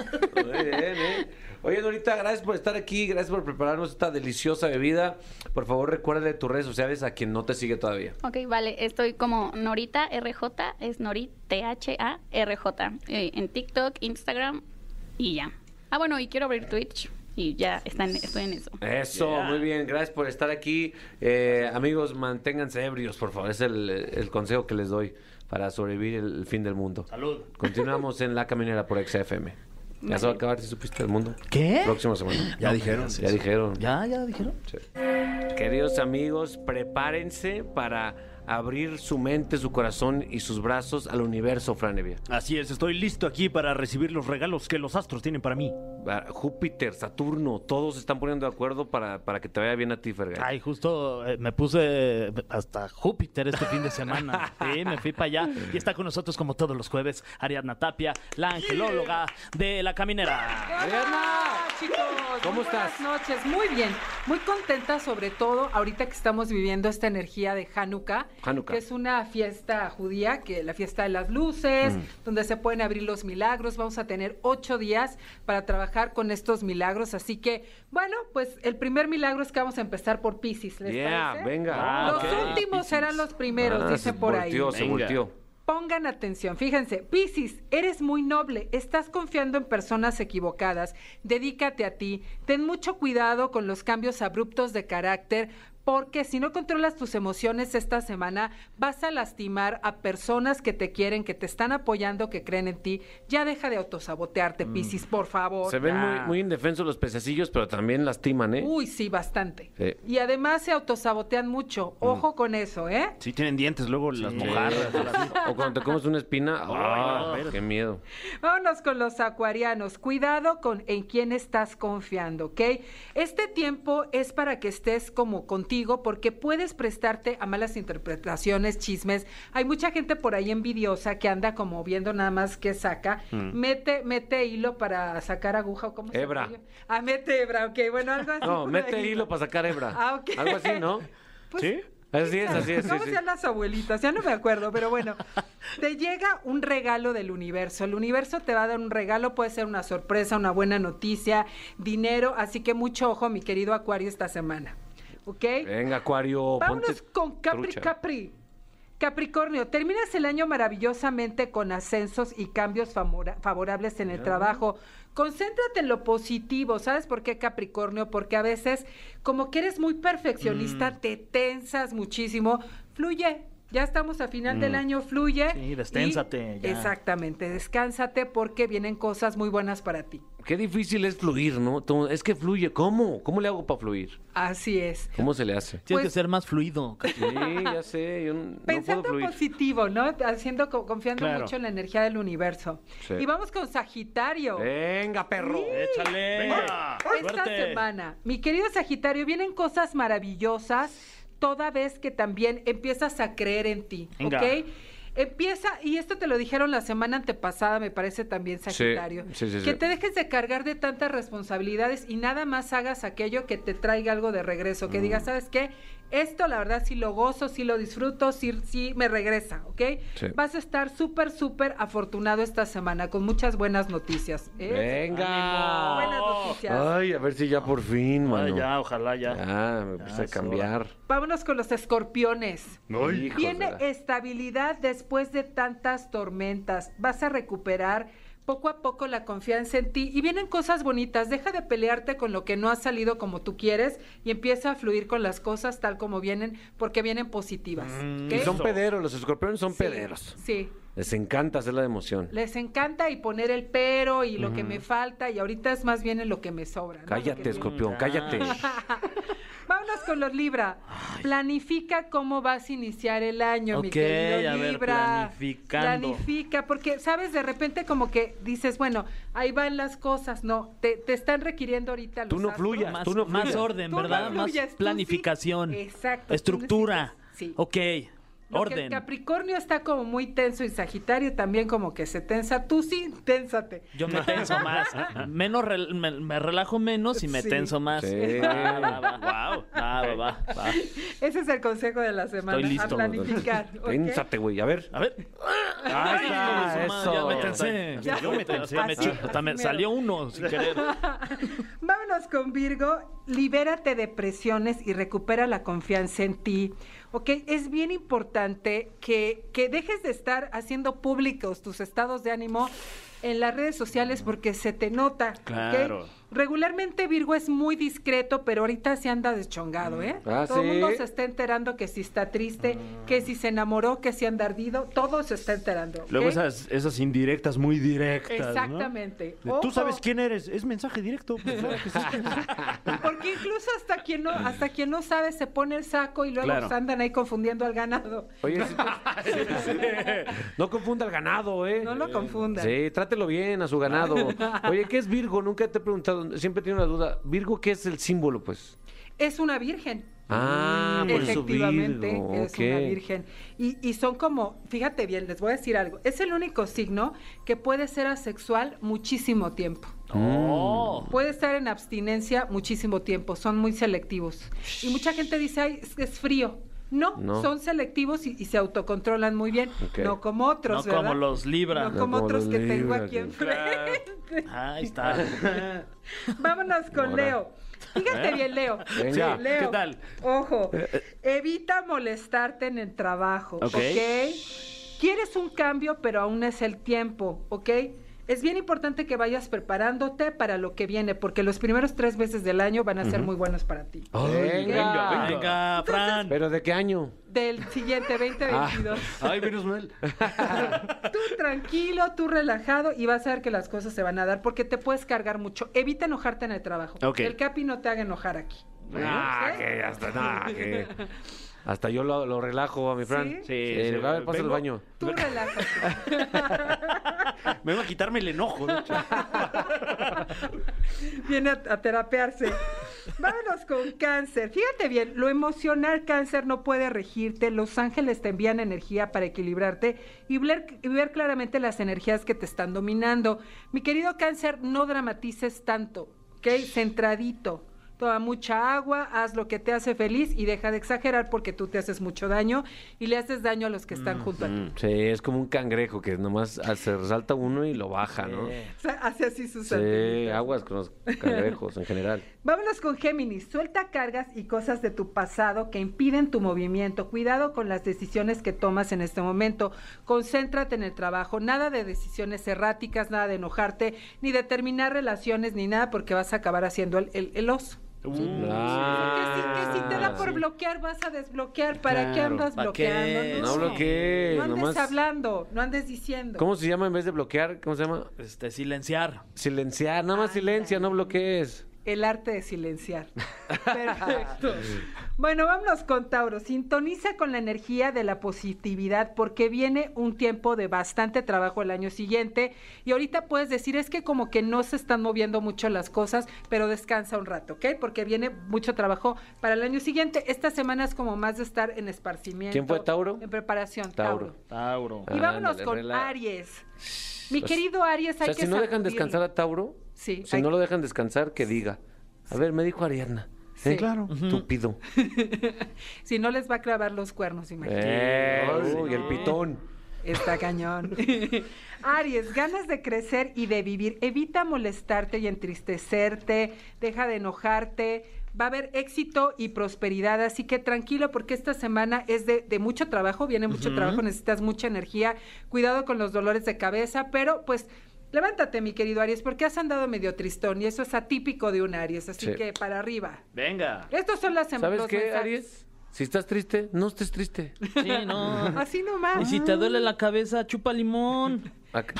E: <laughs>
B: Muy bien, ¿eh? Oye, Norita, gracias por estar aquí, gracias por prepararnos esta deliciosa bebida. Por favor, recuérdale tus redes sociales a quien no te sigue todavía.
E: Ok, vale, estoy como Norita RJ, es Nori T-H-A-R-J, eh, en TikTok, Instagram y ya. Ah, bueno, y quiero abrir Twitch y ya está en- estoy en eso.
B: Eso, muy bien, gracias por estar aquí. Eh, amigos, manténganse ebrios, por favor, es el, el consejo que les doy para sobrevivir el, fin del mundo.
D: Salud.
B: Continuamos en La Caminera por XFM. Ya se va a acabar si supiste el mundo.
D: ¿Qué?
B: Próxima semana.
D: Ya dijeron.
B: Ya dijeron.
D: Ya, ya dijeron.
B: Queridos amigos, prepárense para abrir su mente, su corazón y sus brazos al universo, Franevia.
C: Así es, estoy listo aquí para recibir los regalos que los astros tienen para mí.
B: Júpiter, Saturno, todos se están poniendo de acuerdo para, para que te vaya bien a ti, Fergay.
D: Ay, justo eh, me puse hasta Júpiter este fin de semana. Sí, me fui para allá. Y está con nosotros, como todos los jueves, Ariadna Tapia, la angelóloga de La Caminera.
B: Ariadna.
G: Hola, chicos.
B: ¿Cómo
G: Muy
B: estás?
G: Buenas noches. Muy bien. Muy contenta, sobre todo ahorita que estamos viviendo esta energía de Hanukkah,
B: Hanukkah.
G: que es una fiesta judía, que la fiesta de las luces,
B: Mm.
G: donde se pueden abrir los milagros. Vamos a tener ocho días para trabajar con estos milagros. Así que, bueno, pues el primer milagro es que vamos a empezar por Pisces. ¿les
B: Yeah,
G: parece?
B: venga.
C: Ah,
G: los
C: ok.
G: últimos serán los primeros,
B: Ah, se
G: dicen por ahí.
B: volteó, se
C: Venga.
B: volteó.
G: Pongan atención, fíjense, Piscis, eres muy noble, estás confiando en personas equivocadas, dedícate a ti, ten mucho cuidado con los cambios abruptos de carácter. Porque si no controlas tus emociones esta semana, vas a lastimar a personas que te quieren, que te están apoyando, que creen en ti. Ya deja de autosabotearte, Piscis, por favor.
B: Mm. Se ven muy, muy indefensos los pececillos, pero también lastiman, ¿eh?
G: Uy, sí, bastante.
B: Sí. Mm.
G: Y además se autosabotean mucho. Ojo con eso, ¿eh?
F: Sí, tienen dientes, luego las
B: Sí. <laughs>
F: mojarras.
B: O cuando te comes una espina, ¡ah! ¡Qué miedo!
G: Vámonos con los acuarianos. Cuidado con en quién estás confiando, ¿ok? Este tiempo es para que estés como contigo porque puedes prestarte a malas interpretaciones, chismes. Hay mucha gente por ahí envidiosa que anda como viendo nada más que saca. Mete, mete hilo para sacar aguja o cómo se
B: Mm. Hebra.
G: llama? Ah, mete hebra, ok. Bueno, algo así.
B: No,
G: por
B: mete
G: ahí.
B: hilo para sacar hebra.
G: Ah, ok.
B: Algo así, ¿no?
G: <laughs> Pues,
F: ¿Sí?
B: Así es, así es. sí,
G: ¿Cómo
B: sí.
G: se llaman las abuelitas? Ya no me acuerdo, pero bueno.
B: <laughs>
G: Te llega un regalo del universo. El universo te va a dar un regalo, puede ser una sorpresa, una buena noticia, dinero. Así que mucho ojo, mi querido Acuario, esta semana. ¿Ok?
B: Venga, Acuario,
G: Vámonos
B: ponte
G: con Capri
B: trucha.
G: Capri. Capricornio, terminas el año maravillosamente con ascensos y cambios famora- favorables en el trabajo. Concéntrate en lo positivo, ¿sabes por qué Capricornio? Porque a veces, como que eres muy perfeccionista,
D: Mm.
G: te tensas muchísimo, fluye. Ya estamos a final del año, fluye.
D: Mm. Sí, desténsate,
G: y-
D: ya.
G: Exactamente, descánsate porque vienen cosas muy buenas para ti.
B: Qué difícil es fluir, ¿no? Todo- Es que fluye. ¿Cómo? ¿Cómo le hago para fluir?
G: Así es.
B: ¿Cómo se le hace?
D: Tienes que
G: Pues-
D: ser más fluido.
B: Sí, ya sé, yo n- no puedo
G: Pensando
B: fluir.
G: positivo, ¿no? Haciendo, co- confiando
F: Claro.
G: mucho en la energía del universo.
B: Sí. Eh,
G: Y vamos con Sagitario.
B: Venga, perro.
F: ¡Échale!
D: Venga.
G: Esta
D: Suerte.
G: semana, mi querido Sagitario, vienen cosas maravillosas toda vez que también empiezas a creer en ti,
D: Venga.
G: ¿ok? Empieza, y esto te lo dijeron la semana antepasada, me parece también Sagitario,
B: sí, sí, sí.
G: que te dejes de cargar de tantas responsabilidades y nada más hagas aquello que te traiga algo de regreso, que
B: Mm.
G: digas, ¿sabes qué? Esto la verdad sí lo gozo, sí lo disfruto, sí, sí me regresa, ¿ok?
B: Sí.
G: Vas a estar súper, súper afortunado esta semana con muchas buenas noticias. ¿eh?
B: Venga. Ah.
G: Buenas noticias.
B: Ay, a ver si ya por fin, mano.
D: Ay, ya, ojalá ya.
B: Ya, me empieza a
D: es
B: cambiar.
G: Vámonos con los escorpiones.
B: Hijos de
G: Viene
B: la-
G: estabilidad después de tantas tormentas. Vas a recuperar poco a poco la confianza en ti y vienen cosas bonitas. Deja de pelearte con lo que no ha salido como tú quieres y empieza a fluir con las cosas tal como vienen porque vienen positivas. ¿ok?
B: Y Mm, son pederos, los escorpiones son
G: Sí,
B: pederos.
G: Sí.
B: Les encanta hacer la de emoción.
G: Les encanta y poner el pero y lo que me falta y ahorita es más bien en lo que me sobra. ¿no? Lo que
B: Cállate,
G: viene.
B: escorpión, cállate.
G: <laughs> Vámonos con los Libra. Planifica cómo vas a iniciar el año, mi
D: Ok,
G: querido
D: a ver,
G: Libra.
D: planificando.
G: Planifica, porque, ¿sabes? De repente como que dices, bueno, ahí van las cosas. No, te, te están requiriendo ahorita los
B: Tú no
G: astros.
B: fluyas.
D: Más,
B: tú no
D: más
B: fluyas.
D: orden,
G: Tú no
D: ¿verdad? más
G: fluyes, tú sí.
D: planificación.
G: Exacto, tú
D: Estructura.
G: necesitas- sí.
D: Ok.
G: Lo que
D: orden.
G: el Capricornio está como muy tenso y Sagitario también como que se tensa. Tú sí, <laughs> ténsate.
D: Yo me tenso más. Menos rel- me, me relajo menos y me
G: Sí.
D: tenso más.
B: Sí.
D: Va, va, va. Va, va, va, va.
G: Ese es el consejo de la semana.
D: Estoy listo. <laughs>
G: A planificar. ¿ok?
B: Piénsate, güey. A ver.
D: A ver.
F: Ahí está,
D: Ay,
F: eso.
D: Ya me tensé.
G: Ya.
D: Yo me tensé.
G: Así,
D: me chi-
G: así
D: Hasta me
G: mero.
D: salió uno sin querer.
G: Vámonos con Virgo. Libérate de presiones y recupera la confianza en ti. ¿Ok? Es bien importante que, que dejes de estar haciendo públicos tus estados de ánimo en las redes sociales porque se te nota. ¿ok?
F: Claro.
G: Regularmente Virgo es muy discreto, pero ahorita se anda
F: Mm.
G: deschongado, ¿eh?
B: Ah,
G: Todo el
B: ¿sí?
G: mundo se está enterando que si está triste,
F: Ah.
G: que si se enamoró, que si anda ardido, todo se está enterando. ¿ok?
F: Luego esas, esas indirectas muy directas. ¿no?
G: Exactamente.
F: De, Tú sabes
G: Ojo.
F: quién eres. Es mensaje
E: <laughs>
F: directo. pues, claro que sí.
G: <laughs> Porque incluso hasta quien no, hasta quien no sabe se pone el saco y luego
F: Claro.
G: andan ahí ahí confundiendo al ganado.
B: Oye, sí, no confunda al ganado, ¿eh?
G: No lo confundan.
B: Sí, trátelo bien a su
G: <laughs>
B: ganado. Oye, ¿qué es Virgo? Nunca te he preguntado, siempre tengo una duda. ¿Virgo qué es el símbolo, pues?
G: Es una virgen.
B: Ah, por eso
G: Efectivamente,
B: Virgo,
G: es
B: ok.
G: una virgen. Y, y son como, fíjate bien, les voy a decir algo. Es el único signo que puede ser asexual muchísimo tiempo.
D: Oh.
G: Puede estar en abstinencia muchísimo tiempo, son muy selectivos. Y mucha gente dice, ay, es, es frío. No,
B: No.
G: son selectivos y, y se autocontrolan muy bien,
B: Ok.
G: no como otros,
D: No como
G: ¿verdad?
D: los Libra.
G: No
B: No
G: como
B: como
G: otros
B: los
G: que tengo
B: Libra,
G: aquí
B: claro.
G: enfrente.
D: Ahí está.
G: <laughs> Vámonos con
B: Ahora.
G: Leo. Fíjate bien, Leo.
B: Venga. Eh,
G: Sí, Leo.
D: ¿Qué tal?
G: Ojo, evita molestarte en el trabajo,
C: Ok.
G: ¿ok? Quieres un cambio, pero aún es el tiempo, ¿ok? Es bien importante que vayas preparándote para lo que viene, porque los primeros tres meses del año van a ser muy buenos para ti.
B: Oh. Venga.
G: Venga.
D: Venga, Fran.
B: ¿Pero de qué año?
G: Del
B: Ah.
G: siguiente 2022.
F: Ay, menos mal.
G: Tú tranquilo, tú relajado y vas a ver que las cosas se van a dar porque te puedes cargar mucho. Evita enojarte en el trabajo.
C: Ok.
G: El capi no te haga enojar aquí.
B: Ah,
G: ¿Sí?
B: que hasta, nah,
G: <laughs>
B: que- hasta yo lo, lo relajo a mi Fran.
G: ¿Sí?
C: Sí, sí.
B: va, pasa el
C: Vengo-
B: baño.
G: Tú relájate.
C: Me iba a quitarme el enojo, de hecho.
G: Viene a, a terapearse. Vámonos con cáncer. Fíjate bien, lo emocional cáncer no puede regirte. Los ángeles te envían energía para equilibrarte y ver, y ver claramente las energías que te están dominando. Mi querido cáncer, no dramatices tanto, ¿ok? Centradito. Toma mucha agua, haz lo que te hace feliz y deja de exagerar porque tú te haces mucho daño y le haces daño a los que están junto a ti.
C: Mm.
B: Sí, es como un cangrejo que nomás se resalta uno y lo baja, ¿no?
G: O sea, hace así sus
B: Sí,
G: antenitas.
B: aguas con los cangrejos en general.
G: Vámonos con Géminis. Suelta cargas y cosas de tu pasado que impiden tu movimiento. Cuidado con las decisiones que tomas en este momento. Concéntrate en el trabajo. Nada de decisiones erráticas, nada de enojarte, ni de terminar relaciones, ni nada, porque vas a acabar haciendo el, el- el oso. que, si, que si te da por bloquear, vas a desbloquear. ¿Para qué
C: Claro,
G: andas
D: ¿pa' qué?
B: <laughs>
G: bloqueando?
B: No bloquees,
G: No andes
B: nomás-
G: hablando, no andes diciendo.
B: ¿Cómo se llama en vez de bloquear? ¿Cómo se llama?
D: Este, silenciar.
B: Silenciar, nada más
G: Ándale. Pues
B: silencia, no bloquees.
G: El arte
B: <laughs>
G: de silenciar. Perfecto. Bueno, vámonos con Tauro. Sintoniza con la energía de la positividad porque viene un tiempo de bastante trabajo el año siguiente y ahorita puedes decir es que como que no se están moviendo mucho las cosas, pero descansa un rato, ¿ok? Porque viene mucho trabajo para el año siguiente. Esta semana es como más de estar en esparcimiento.
B: ¿Quién fue, Tauro?
G: En preparación, Tauro.
B: Tauro. Ah,
F: Tauro.
G: Y vámonos
B: Ándale,
G: con
B: rela-
G: Aries. Mi
B: Pues,
G: querido Aries,
B: O
G: hay
B: sea,
G: que
B: si no dejan
G: sacudirlo.
B: descansar a Tauro,
G: Sí,
B: si
G: hay-
B: no lo dejan descansar, que diga. A ver, me dijo Ariadna. ¿eh?
G: Sí. Claro.
B: Estúpido.
G: Si no les va a clavar los cuernos, imagínate.
B: Eh,
F: Ay,
B: uy, el pitón.
G: Está cañón. <laughs> Aries, ganas de crecer y de vivir. Evita molestarte y entristecerte. Deja de enojarte. Va a haber éxito y prosperidad, así que tranquilo porque esta semana es de, de mucho trabajo, viene mucho trabajo, necesitas mucha energía, cuidado con los dolores de cabeza, pero pues levántate mi querido Aries porque has andado medio tristón y eso es atípico de un Aries, así
B: Sí.
G: que para arriba.
C: Venga.
G: Estos son las
B: ¿Sabes
G: los
B: qué,
G: mensajes.
B: Aries? Si estás triste, no estés triste.
D: Sí, no.
G: Así nomás.
D: Y si te duele la cabeza, chupa limón.
B: Acá-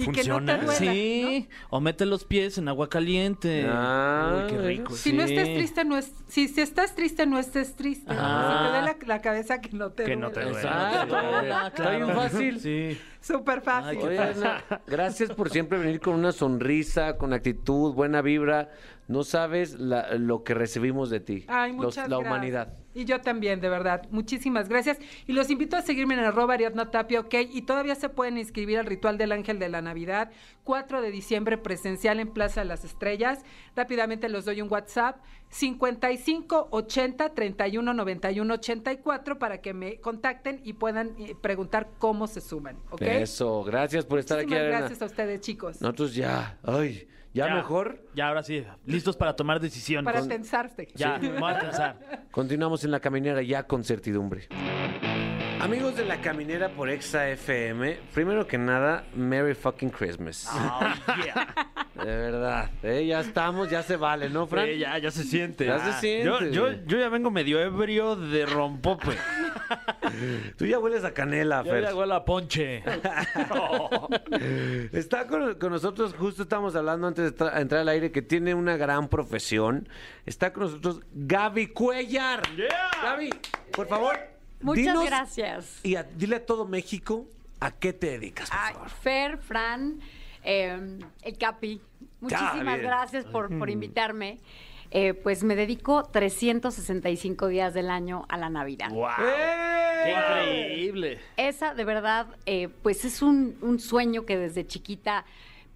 G: Y que no te duela. ¿no?
D: ¿Eh? sí. O mete los pies en agua caliente.
B: Ah,
D: Uy, qué rico.
G: Si no estés triste, no es. Si, si estás triste, no estés triste.
D: Ah.
G: Si te duele la, la cabeza, que no te
F: Que
G: duela.
F: no te duela.
B: Exacto. Está bien fácil.
D: Sí.
G: Súper fácil.
D: Ay, qué
B: Oye, Ana, gracias por siempre venir con una sonrisa, con actitud, buena vibra. No sabes la- lo que recibimos de ti.
G: Ay,
B: Los-
G: muchas
B: La
G: gracias.
B: humanidad.
G: Y yo también, de verdad. Muchísimas gracias. Y los invito a seguirme en arroba Ariadna Tapia, ok. Y todavía se pueden inscribir al ritual del ángel de la Navidad, 4 de diciembre, presencial en Plaza de las Estrellas. Rápidamente los doy un WhatsApp, 55 80 31 91 84, para que me contacten y puedan eh, preguntar cómo se suman, ok.
B: Eso, gracias por estar
G: Muchísimas
B: aquí, Ariana.
G: gracias a ustedes, chicos.
B: Nosotros ya, ay, ya, mejor.
D: Ya, ahora sí. Listos para tomar decisiones.
G: para pensarte.
D: Ya, me voy a
B: <laughs>
D: pensar.
B: Continuamos en la caminera ya con certidumbre. Amigos de la caminera por Exa FM, primero que nada, Merry fucking Christmas. <laughs>
D: Oh,
B: De verdad, ¿eh? ya estamos, ya se vale, ¿no, Fran?
C: Sí,
F: Ah,
C: ya, ya se siente.
B: Ya se
C: Yo,
B: siente.
C: yo- yo ya vengo medio ebrio de rompope.
B: Tú ya hueles a canela,
D: Yo
B: Fer.
D: le hago la ponche.
B: Está con, con nosotros, justo estamos hablando antes de tra- entrar al aire, que tiene una gran profesión. Está con nosotros Gaby Cuellar. Gaby, por favor.
H: Muchas
B: dinos
H: gracias.
B: Y a- dile a todo México a qué te dedicas, por
H: Ay,
B: favor.
H: Fer, Fran, eh, el Capi, muchísimas
B: bien.
H: gracias por, por invitarme. Eh, pues me dedico 365 días del año a la Navidad.
D: ¡Qué
B: ¡Eh!
D: increíble!
H: Esa, de verdad, eh, pues es un, un sueño que desde chiquita,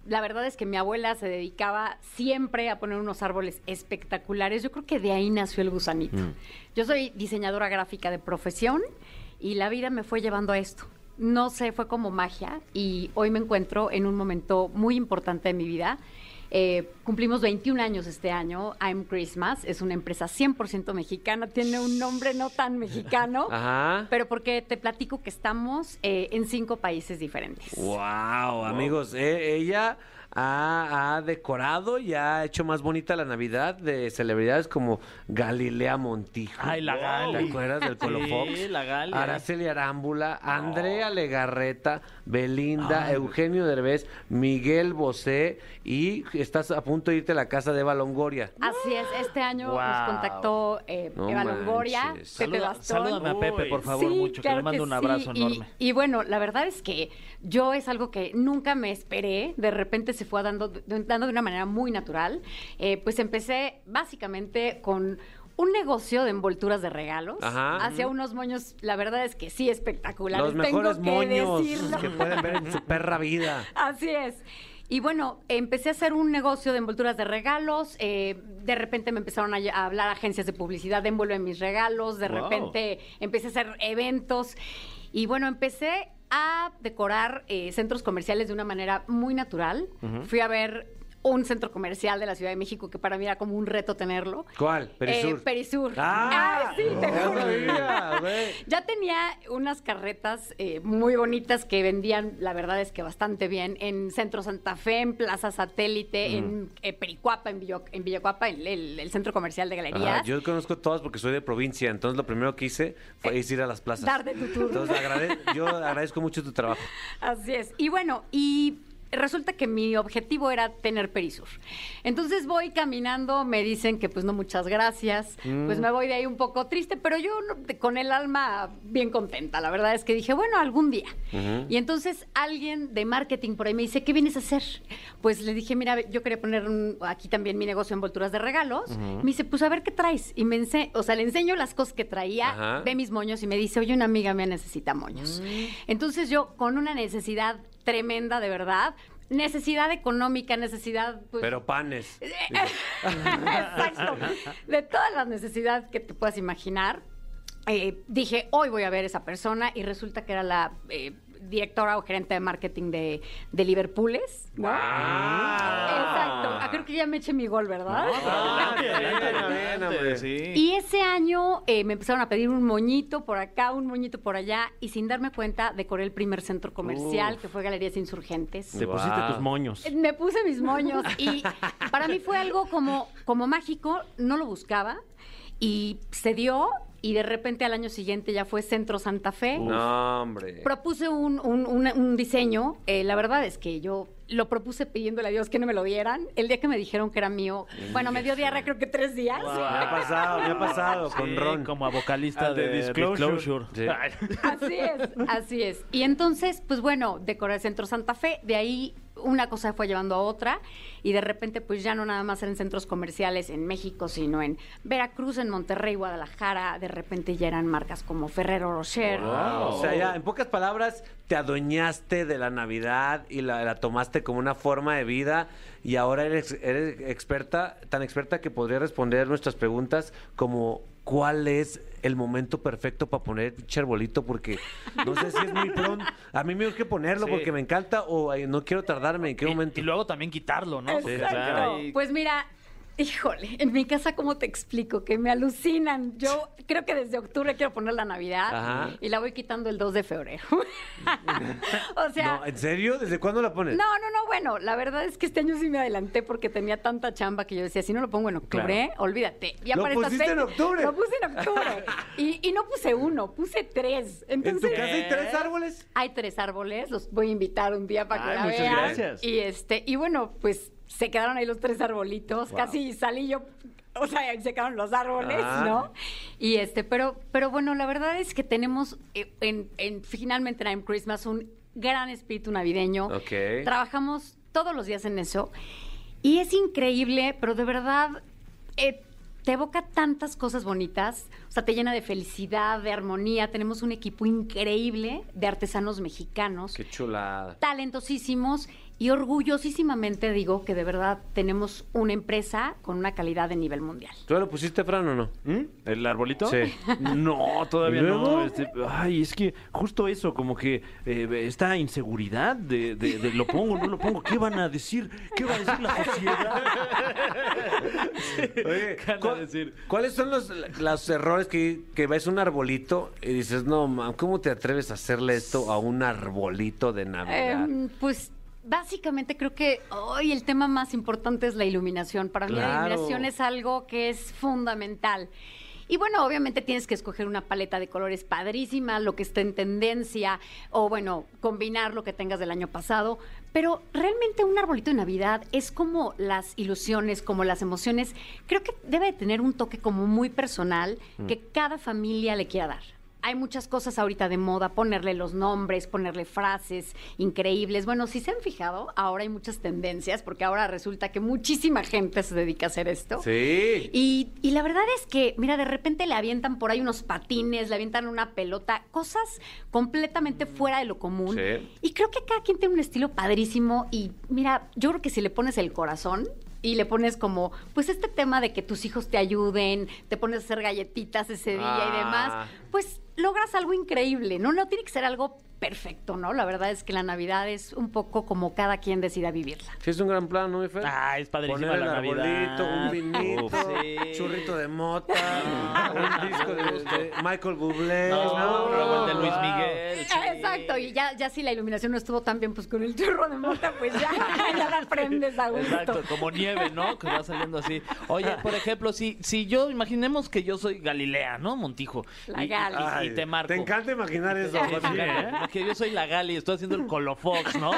H: la verdad es que mi abuela se dedicaba siempre a poner unos árboles espectaculares. Yo creo que de ahí nació el gusanito. Yo soy diseñadora gráfica de profesión y la vida me fue llevando a esto. No sé, fue como magia y hoy me encuentro en un momento muy importante de mi vida. Eh, cumplimos 21 años este año. I'm Christmas es una empresa 100% mexicana, tiene un nombre no tan mexicano.
B: <laughs> Ajá.
H: Pero porque te platico que estamos eh, en cinco países diferentes.
B: Wow, amigos, eh, ella ha, ha decorado y ha hecho más bonita la Navidad de celebridades como Galilea Montijo.
D: Ay, la Gali.
B: ¿Te acuerdas del Colo
D: <laughs> Sí,
B: Fox?
D: la Gali. Oh.
B: Araceli Arámbula, Andrea Legarreta, Belinda, Eugenio Derbez, Miguel Bosé y estás a punto de irte a la casa de Eva Longoria.
H: Así es, este año
D: Wow.
H: nos contactó eh,
B: No
H: Eva Longoria,
B: manches.
H: Pepe
D: Saluda-
H: Bastón.
D: salúdame a Pepe, por favor,
H: Sí,
D: mucho, que
H: claro
D: le mando un
H: sí,
D: abrazo
H: y-
D: enorme.
H: Y, bueno, la verdad es que yo es algo que nunca me esperé, de repente se fue dando de, dando de una manera muy natural. Eh, pues empecé básicamente con un negocio de envolturas de regalos
B: Ajá.
H: hacia unos moños, la verdad es que sí espectaculares.
B: Los mejores
H: tengo que
B: moños
H: decirlo.
B: que pueden ver en su perra vida.
H: Así es. Y bueno, empecé a hacer un negocio de envolturas de regalos. eh, de repente me empezaron a, ll- a hablar agencias de publicidad de envuelve mis regalos. De
F: Wow.
H: repente empecé a hacer eventos. Y bueno, empecé a decorar eh, centros comerciales de una manera muy natural. Fui a ver un centro comercial de la Ciudad de México que para mí era como un reto tenerlo.
B: ¿Cuál? Perisur.
H: Eh, Perisur.
B: Ah,
H: Ay, sí, te
B: ya
H: juro.
B: sabía, güey.
H: <laughs> Ya tenía unas carretas eh, muy bonitas que vendían, la verdad es que bastante bien, en Centro Santa Fe, en Plaza Satélite, en eh, Pericuapa, en, Villo- en Villacuapa, el, el- el centro comercial de galerías.
B: Ajá, yo conozco todas porque soy de provincia, entonces lo primero que hice fue ir a las plazas.
H: Eh, dar de tu turno.
B: Entonces agrade- yo agradezco mucho tu trabajo.
H: Así es. Y bueno, y resulta que mi objetivo era tener Perisur. Entonces voy caminando, me dicen que pues no muchas gracias, pues me voy de ahí un poco triste, pero yo no- de- con el alma bien contenta. La verdad es que dije, bueno, algún día. Y entonces alguien de marketing por ahí me dice, ¿qué vienes a hacer? Pues le dije, mira, yo quería poner un- aquí también mi negocio en envolturas de regalos. Me dice, pues a ver qué traes. Y me ense- o sea, le enseño las cosas que traía,
B: Ajá.
H: ve mis moños y me dice, oye, una amiga mía necesita moños. Entonces yo, con una necesidad tremenda, de verdad, necesidad económica, necesidad... pues, <laughs>
B: Pero panes.
H: eh, Exacto. De todas las necesidades que te puedas imaginar, eh, dije, hoy voy a ver a esa persona y resulta que era la eh, directora o gerente de marketing de, de Liverpooles. ¿no? Exacto. Ah, creo que ya me eché mi gol, ¿verdad?
B: Ah,
H: eh,
B: bien, bien, hombre.
D: Sí.
H: Y ese año eh, me empezaron a pedir un moñito por acá, un moñito por allá, y sin darme cuenta decoré el primer centro comercial, que fue Galerías Insurgentes. Eh,
C: Te pusiste
B: Wow.
C: tus moños.
H: Me puse mis moños y para mí fue algo como, como mágico, no lo buscaba y se dio y de repente al año siguiente ya fue Centro Santa Fe.
B: No, hombre.
H: Propuse un, un- un- un diseño, eh, la verdad es que yo lo propuse pidiéndole a Dios que no me lo dieran. El día que me dijeron que era mío, bueno, me dio diarrea creo que tres días.
B: Me ha pasado, me ha pasado con
D: Sí,
B: Ron.
D: Como a vocalista
F: Ah,
D: de,
F: de
D: Disclosure.
F: Disclosure.
B: Sí.
H: Así es, así es. Y entonces, pues bueno, decoré el Centro Santa Fe, de ahí una cosa fue llevando a otra y de repente pues ya no nada más eran centros comerciales en México, sino en Veracruz, en Monterrey, Guadalajara, de repente ya eran marcas como Ferrero Rocher.
B: O sea, ya, en pocas palabras, te adueñaste de la Navidad y la, la tomaste como una forma de vida y ahora eres, eres experta, tan experta que podría responder nuestras preguntas como ¿cuál es el momento perfecto para poner el pinche arbolito? Porque no sé si es muy pronto. A mí me urge ponerlo
D: Sí.
B: porque me encanta o ay, no quiero tardarme. ¿En qué
D: Y-
B: momento?
D: Y, luego también quitarlo, ¿no? Porque
H: Exacto.
D: estar ahí-
H: Pues mira, Híjole, en mi casa, ¿cómo te explico? Que me alucinan. Yo creo que desde octubre quiero poner la Navidad
B: Ajá.
H: y la voy quitando el 2 de febrero. <laughs> o sea,
B: No, ¿En serio? ¿Desde cuándo la pones?
H: No, no, no, bueno, la verdad es que este año sí me adelanté porque tenía tanta chamba que yo decía, si no lo pongo en octubre, olvídate. Ya
B: Lo
H: para estas
B: pusiste en
H: fechas-
B: octubre.
H: Lo puse en octubre. y, y no puse uno, puse tres.
B: ¿En tu
H: Entonces,
B: casa hay
H: ¿Eh?
B: tres árboles?
H: hay tres árboles, los voy a invitar un día para que
F: Ay,
H: la
F: muchas
H: vean.
F: gracias.
H: Y este, y bueno, pues se quedaron ahí los tres arbolitos, casi salí yo, o sea, se quedaron los árboles,
B: Ah.
H: ¿no? Y este, pero, pero bueno, la verdad es que tenemos eh, en, en- finalmente en I'm Christmas un gran espíritu navideño.
B: Ok.
H: Trabajamos todos los días en eso. Y es increíble, pero de verdad eh, te evoca tantas cosas bonitas. O sea, te llena de felicidad, de armonía. Tenemos un equipo increíble de artesanos mexicanos,
B: Qué chulada.
H: talentosísimos. Y orgullosísimamente digo que de verdad tenemos una empresa con una calidad de nivel mundial.
B: ¿Tú ya lo pusiste, Fran, o no?
F: ¿Mm? ¿El arbolito?
B: Sí.
F: No, todavía
B: ¿Y luego?
F: no. este, ay, es que justo eso, como que eh, esta inseguridad de, de- de lo pongo, no lo pongo, ¿qué van a decir? ¿Qué va a decir la sociedad?
B: <laughs>
C: <laughs>
B: Oye,
D: ¿Qué han de
B: ¿cuál-
D: decir?
B: ¿cuáles son los, los errores que, que ves un arbolito y dices, no, mam, ¿cómo te atreves a hacerle esto a un arbolito de
D: Eh,
B: Navidad?
H: Em, pues básicamente creo que hoy el tema más importante es la iluminación. Para mí la
B: Claro.
H: iluminación es algo que es fundamental. Y bueno, obviamente tienes que escoger una paleta de colores padrísima, lo que esté en tendencia, o bueno, combinar lo que tengas del año pasado. Pero realmente un arbolito de Navidad es como las ilusiones, como las emociones. Creo que debe de tener un toque como muy personal que cada familia le quiera dar. Hay muchas cosas ahorita de moda, ponerle los nombres, ponerle frases increíbles. Bueno, si se han fijado, ahora hay muchas tendencias, porque ahora resulta que muchísima gente se dedica a hacer esto.
B: Sí.
H: Y, y la verdad es que, mira, de repente le avientan por ahí unos patines, le avientan una pelota, cosas completamente fuera de lo común.
B: Sí.
H: Y creo que cada quien tiene un estilo padrísimo y, mira, yo creo que si le pones el corazón y le pones como, pues este tema de que tus hijos te ayuden, te pones a hacer galletitas ese día y
B: Ah.
H: demás, pues logras algo increíble, ¿no? No tiene que ser algo perfecto, ¿no? La verdad es que la Navidad es un poco como cada quien decida vivirla.
B: Sí, es un gran plan, ¿no, mi Fer?
D: Ah, es padrísima
B: Poner el
D: la
B: arbolito,
D: Navidad.
B: un vinito,
D: Uf, sí. Ah,
B: churrito de mota, un disco de, de Michael Bublé.
D: No,
B: No,
D: luego el de Luis
B: wow.
D: Miguel.
H: Ah, Exacto, y ya, ya si la iluminación no estuvo tan bien, pues con el churro de mota, pues ya, ya la prendes a gusto.
D: Exacto, como nieve, ¿no? Que va saliendo así. Oye, por ejemplo, si, si yo, imaginemos que yo soy Galilea, ¿no? Montijo.
H: La
D: Y- y-
H: Gali.
D: y-
B: Ay,
D: Y, te marco.
B: Te encanta imaginar eso.
D: Sí, sí,
B: Jorge.
D: ¿eh? Que yo soy la Gali, estoy haciendo el Colofox,
B: <laughs>
D: ¿no?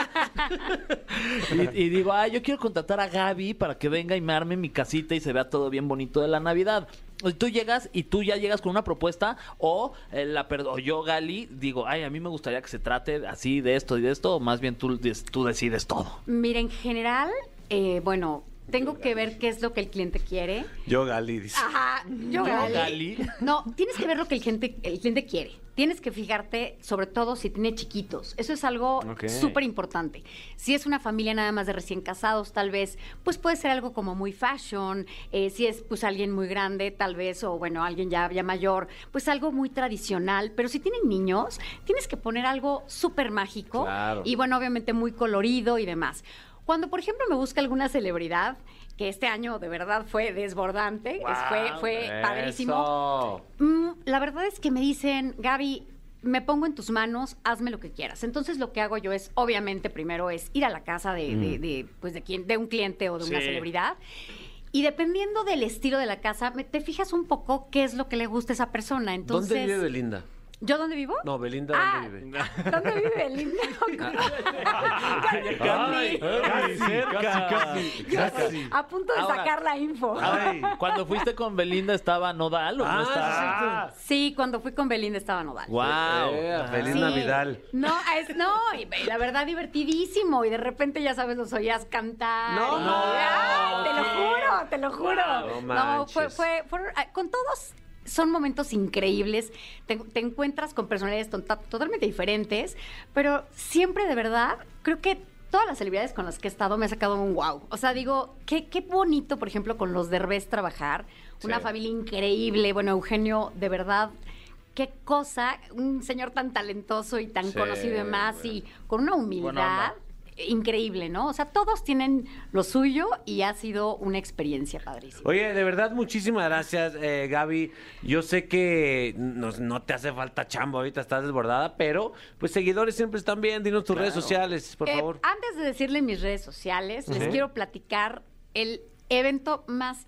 D: y, y digo, ah, yo quiero contratar a Gaby para que venga y me arme mi casita y se vea todo bien bonito de la Navidad. Y tú llegas y tú ya llegas con una propuesta o, eh, la, per- o yo, Gali, digo, ay, a mí me gustaría que se trate así de esto y de esto, o más bien tú, des- tú decides todo.
H: Mira, en general, eh, bueno, tengo que ver qué es lo que el cliente quiere.
B: Yo, Gali, dice.
D: Ah,
H: Ajá, yo Gali.
D: Gali.
H: No, tienes que ver lo que el, gente, el cliente quiere. Tienes que fijarte, sobre todo, si tiene chiquitos. Eso es algo
F: Ok.
H: súper importante. Si es una familia nada más de recién casados, tal vez, pues puede ser algo como muy fashion. Eh, si es, pues, alguien muy grande, tal vez, o bueno, alguien ya, ya mayor, pues algo muy tradicional. Pero si tienen niños, tienes que poner algo súper mágico.
B: Claro.
H: Y bueno, obviamente muy colorido y demás. Cuando, por ejemplo, me busca alguna celebridad, que este año de verdad fue desbordante, es- fue, fue padrísimo.
B: Eh, Eso.
H: Mm, la verdad es que me dicen, Gaby, me pongo en tus manos, hazme lo que quieras. Entonces lo que hago yo es, obviamente, primero es ir a la casa de,
B: Mm.
H: de- de, pues, de, quien, de un cliente o de una
D: Sí.
H: celebridad. Y dependiendo del estilo de la casa, me- te fijas un poco qué es lo que le gusta a esa persona. Entonces,
B: ¿Dónde vive Belinda?
H: ¿Yo dónde vivo?
B: No, Belinda,
H: Ah,
B: ¿dónde vive?
H: <laughs> ¿Dónde vive
B: <laughs>
H: Linda? <laughs>
D: Ay,
F: Casi, cerca. Casi,
B: Casi.
H: A punto de
D: Ahora-
H: sacar la info.
B: Ay.
D: Cuando fuiste con Belinda estaba Nodal o no
B: Ah,
D: estaba.
B: sí,
H: Sí, cuando fui con Belinda estaba nodal.
D: Wow.
B: Eh, feliz
H: Sí.
B: Navidad.
H: No, es, no, y ve, la verdad divertidísimo. Y de repente, ya sabes, los oías cantar.
B: No,
H: y-
B: no.
H: Ay, te lo juro, te lo juro.
B: No
H: fue,
B: manches.
H: fue, fueron- ah, con todos. Son momentos increíbles, te, te encuentras con personalidades tonta- totalmente diferentes, pero siempre de verdad, creo que todas las celebridades con las que he estado me ha sacado un wow. O sea, digo, qué, qué bonito, por ejemplo, con los Derbez trabajar, una
B: Sí.
H: familia increíble, bueno, Eugenio, de verdad, qué cosa, un señor tan talentoso y tan
B: Sí,
H: conocido y más,
B: bueno.
H: y con una humildad. increíble, ¿no? O sea, todos tienen lo suyo y ha sido una experiencia padrísima.
B: Oye, de verdad, muchísimas gracias, eh, Gaby. Yo sé que nos- no te hace falta chamba ahorita, estás desbordada, pero pues seguidores siempre están bien. Dinos tus redes sociales, por
H: Eh,
B: favor.
H: Antes de decirle mis redes sociales, les quiero platicar el evento más
B: Ah,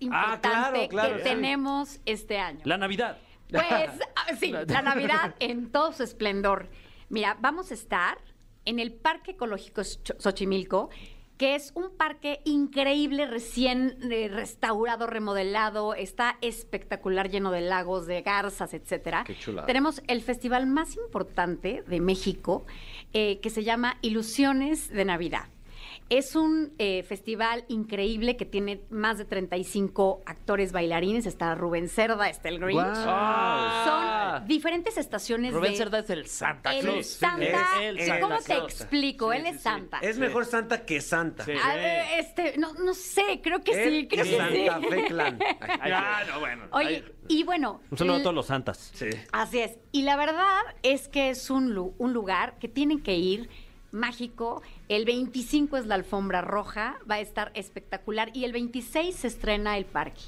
B: claro,
H: importante
B: claro,
H: que
B: sí.
H: tenemos este año.
C: La Navidad.
H: Pues
B: <laughs>
H: ah, sí, la Navidad en todo su esplendor. Mira, vamos a estar en el Parque Ecológico Xoch- Xochimilco, que es un parque increíble, recién eh, restaurado, remodelado, está espectacular, lleno de lagos, de garzas, etcétera.
B: Qué chulada.
H: Tenemos el festival más importante de México, eh, que se llama Ilusiones de Navidad. Es un eh, festival increíble que tiene más de 35 actores bailarines. Está Rubén Cerda, está el Grinch.
D: Ah.
H: Son diferentes estaciones
D: Rubén
H: de...
D: Cerda es el Santa
H: el
D: Claus.
H: Santa,
D: Es el
H: ¿y
D: Santa
H: ¿cómo te
D: Claus.
H: explico?
D: Sí,
H: Él
D: sí,
H: es
D: sí.
H: Santa.
B: Es mejor Santa que Santa.
D: Sí.
H: A ver, este, no, no sé, creo que
B: Él
H: sí, creo
B: y
H: que
B: Santa
H: sí.
B: Fe Clan.
D: Ah, no, bueno.
H: Oye, y bueno,
C: Un saludo a
H: l-
C: todos los santas.
H: Así es. Y la verdad es que es un, lu- un lugar que tienen que ir mágico. El 25 es la alfombra roja, va a estar espectacular. Y el 26 se estrena el parque.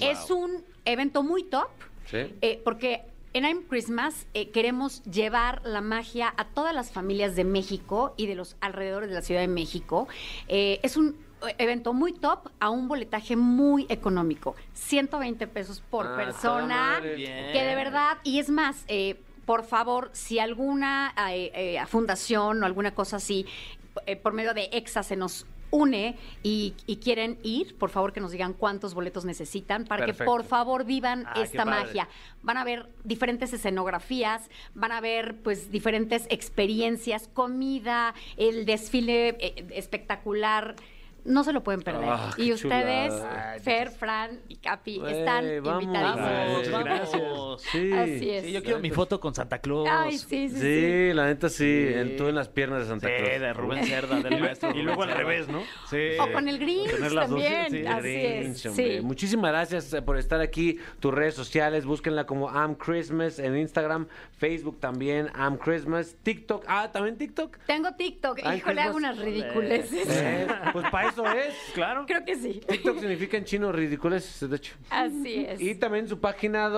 H: Es un evento muy top,
B: Sí.
H: eh, porque en I'm Christmas eh, queremos llevar la magia a todas las familias de México y de los alrededores de la Ciudad de México. Eh, es un eh, evento muy top a un boletaje muy económico. 120 pesos por
B: Ah, toda
H: persona.
B: madre.
D: Bien.
H: Que de verdad, y es más, eh, por favor, si alguna eh, eh, fundación o alguna cosa así, eh, por medio de EXA se nos une y, y quieren ir, por favor que nos digan cuántos boletos necesitan para
B: Perfecto.
H: que por favor vivan
B: Ah, qué
H: esta
B: padre.
H: magia. Van a ver diferentes escenografías, van a ver pues diferentes experiencias, comida, el desfile eh, espectacular. No se lo pueden perder.
B: Ah, qué
H: y ustedes,
B: chulada. Ay,
H: Fer, Fran y Capi,
B: Güey,
H: están
B: vamos,
H: invitadísimos.
B: güey.
D: Gracias.
B: Sí.
H: Así es.
D: Sí, yo quiero mi foto con Santa Claus.
H: Ay, sí, sí,
B: Sí,
H: sí.
B: la neta sí, en- tú en las piernas de
D: Sí,
B: Santa Cruz. <laughs>
D: de Rubén Cerda, del maestro.
F: Y luego al
D: Rubén Cerda.
F: revés, ¿no?
D: Sí.
H: O con el Grinch
F: Tener las dos,
H: también.
F: sí, el
H: Así
B: Grinch,
H: es.
B: hombre.
H: Sí.
B: Muchísimas gracias eh, por estar aquí. Tus redes sociales, búsquenla como Am Christmas en Instagram, Facebook también, Am Christmas, TikTok. Ah, también TikTok.
H: Tengo TikTok.
B: Ay,
H: Híjole, hago
B: Christmas.
H: unas ridiculeces.
B: Eh, pues para eso es. Claro.
H: Creo que sí.
B: TikTok significa en chino ridiculeces, de hecho.
H: Así es.
B: Y también su página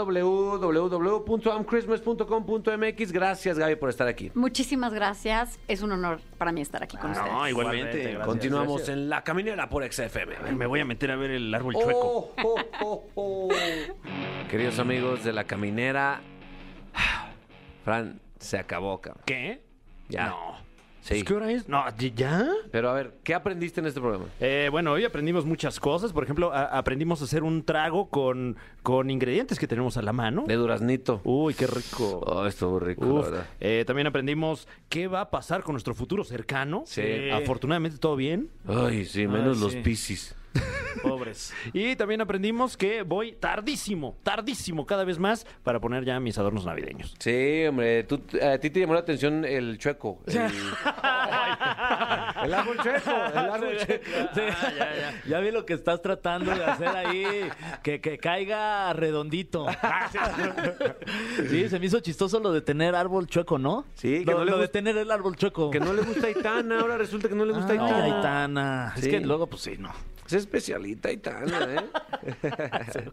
B: www.amchristmas.com.mx. Gracias, Gaby, por estar aquí.
H: Muchísimas gracias. Es un honor para mí estar aquí con
B: Ah,
H: ustedes.
F: No, igualmente.
D: Igualmente,
F: Continu-
B: Continuamos en La Caminera por XFM.
F: Ay, Me voy a meter a ver el árbol chueco.
B: Oh, oh, oh, oh. Queridos amigos de La Caminera, <sighs> Fran, se acabó, cabrón.
F: ¿Qué?
B: Ya.
F: No.
B: Sí.
F: ¿Qué hora es? No, ¿ya?
B: Pero a ver, ¿qué aprendiste en este programa?
F: Eh, bueno, hoy aprendimos muchas cosas. Por ejemplo, a- aprendimos a hacer un trago con, con ingredientes que tenemos a la mano.
B: De duraznito.
F: Uy, qué rico.
B: Oh, estuvo rico, la
F: Uf.
B: verdad.
F: Eh, también aprendimos qué va a pasar con nuestro futuro cercano. Eh,
B: Sí.
F: Afortunadamente todo bien.
B: Ay, sí, menos
D: Ay,
B: los
D: sí.
B: piscis.
D: <laughs> Pobres.
F: Y también aprendimos que voy tardísimo, tardísimo cada vez más para poner ya mis adornos navideños.
B: Sí, hombre, tú- a ti te llamó la atención el chueco. <laughs> El, El árbol chueco, el <laughs> árbol chueco. Ah,
D: ya, <laughs> ya. vi lo que estás tratando de hacer ahí. Que, que
B: <laughs>
D: caiga redondito.
B: Ah,
D: <laughs> Sí, se me hizo chistoso lo de tener árbol chueco, ¿no?
B: Sí, que
D: lo,
B: no le
D: lo de
B: gust-
D: tener el árbol chueco. Ah,
B: Que no le gusta Aitana, ahora resulta que no le gusta
D: Ay,
B: Aitana.
D: Aitana.
B: Sí.
D: Es que luego, pues sí, no.
B: Es especialita Aitana,
D: <laughs>
B: ¿eh?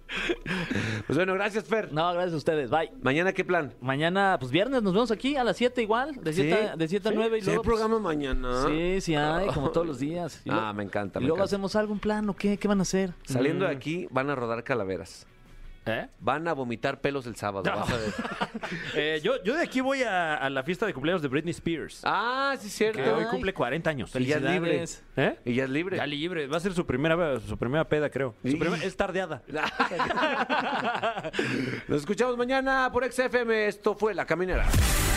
B: pues bueno, gracias, Fer.
D: No, gracias a ustedes. Bye.
B: Mañana, ¿qué plan?
D: Mañana, pues viernes, nos vemos aquí a las 7 igual. De
B: Sí.
D: 7 a, de siete a
B: Sí.
D: 9 y
B: Sí,
D: luego.
B: hay programa mañana.
D: pues, sí, sí, hay, como todos los días. Y
B: Ah,
D: luego-
B: me encanta,
D: Y
B: me
D: luego
B: encanta.
D: hacemos algún plan o qué, qué van a hacer.
B: Saliendo
F: Mm.
B: de aquí, van a rodar calaveras. <laughs>
F: ¿Eh?
B: Van a vomitar pelos el sábado. vas a
F: <laughs>
B: ver.
F: Eh, yo, yo de aquí voy a, a la fiesta de cumpleaños de Britney Spears.
B: Ah, sí, cierto.
F: que hoy cumple 40 años.
B: Y ya es libre.
D: Felicidades.
F: ¿Eh?
B: Y ya es libre.
F: Ya libre. Va a ser su primera, su primera peda, creo. Su
B: Y-
F: primer- es tardeada.
B: <laughs> Nos escuchamos mañana por XFM. Esto fue La Caminera.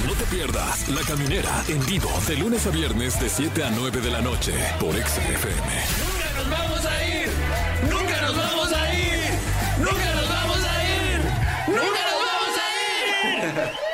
A: No te pierdas La Caminera en vivo de lunes a viernes de 7 a 9 de la noche por XFM. Nunca nos vamos a ir. Nunca nos vamos a ir. Nunca nos vamos a ir. Nunca nos vamos a ir.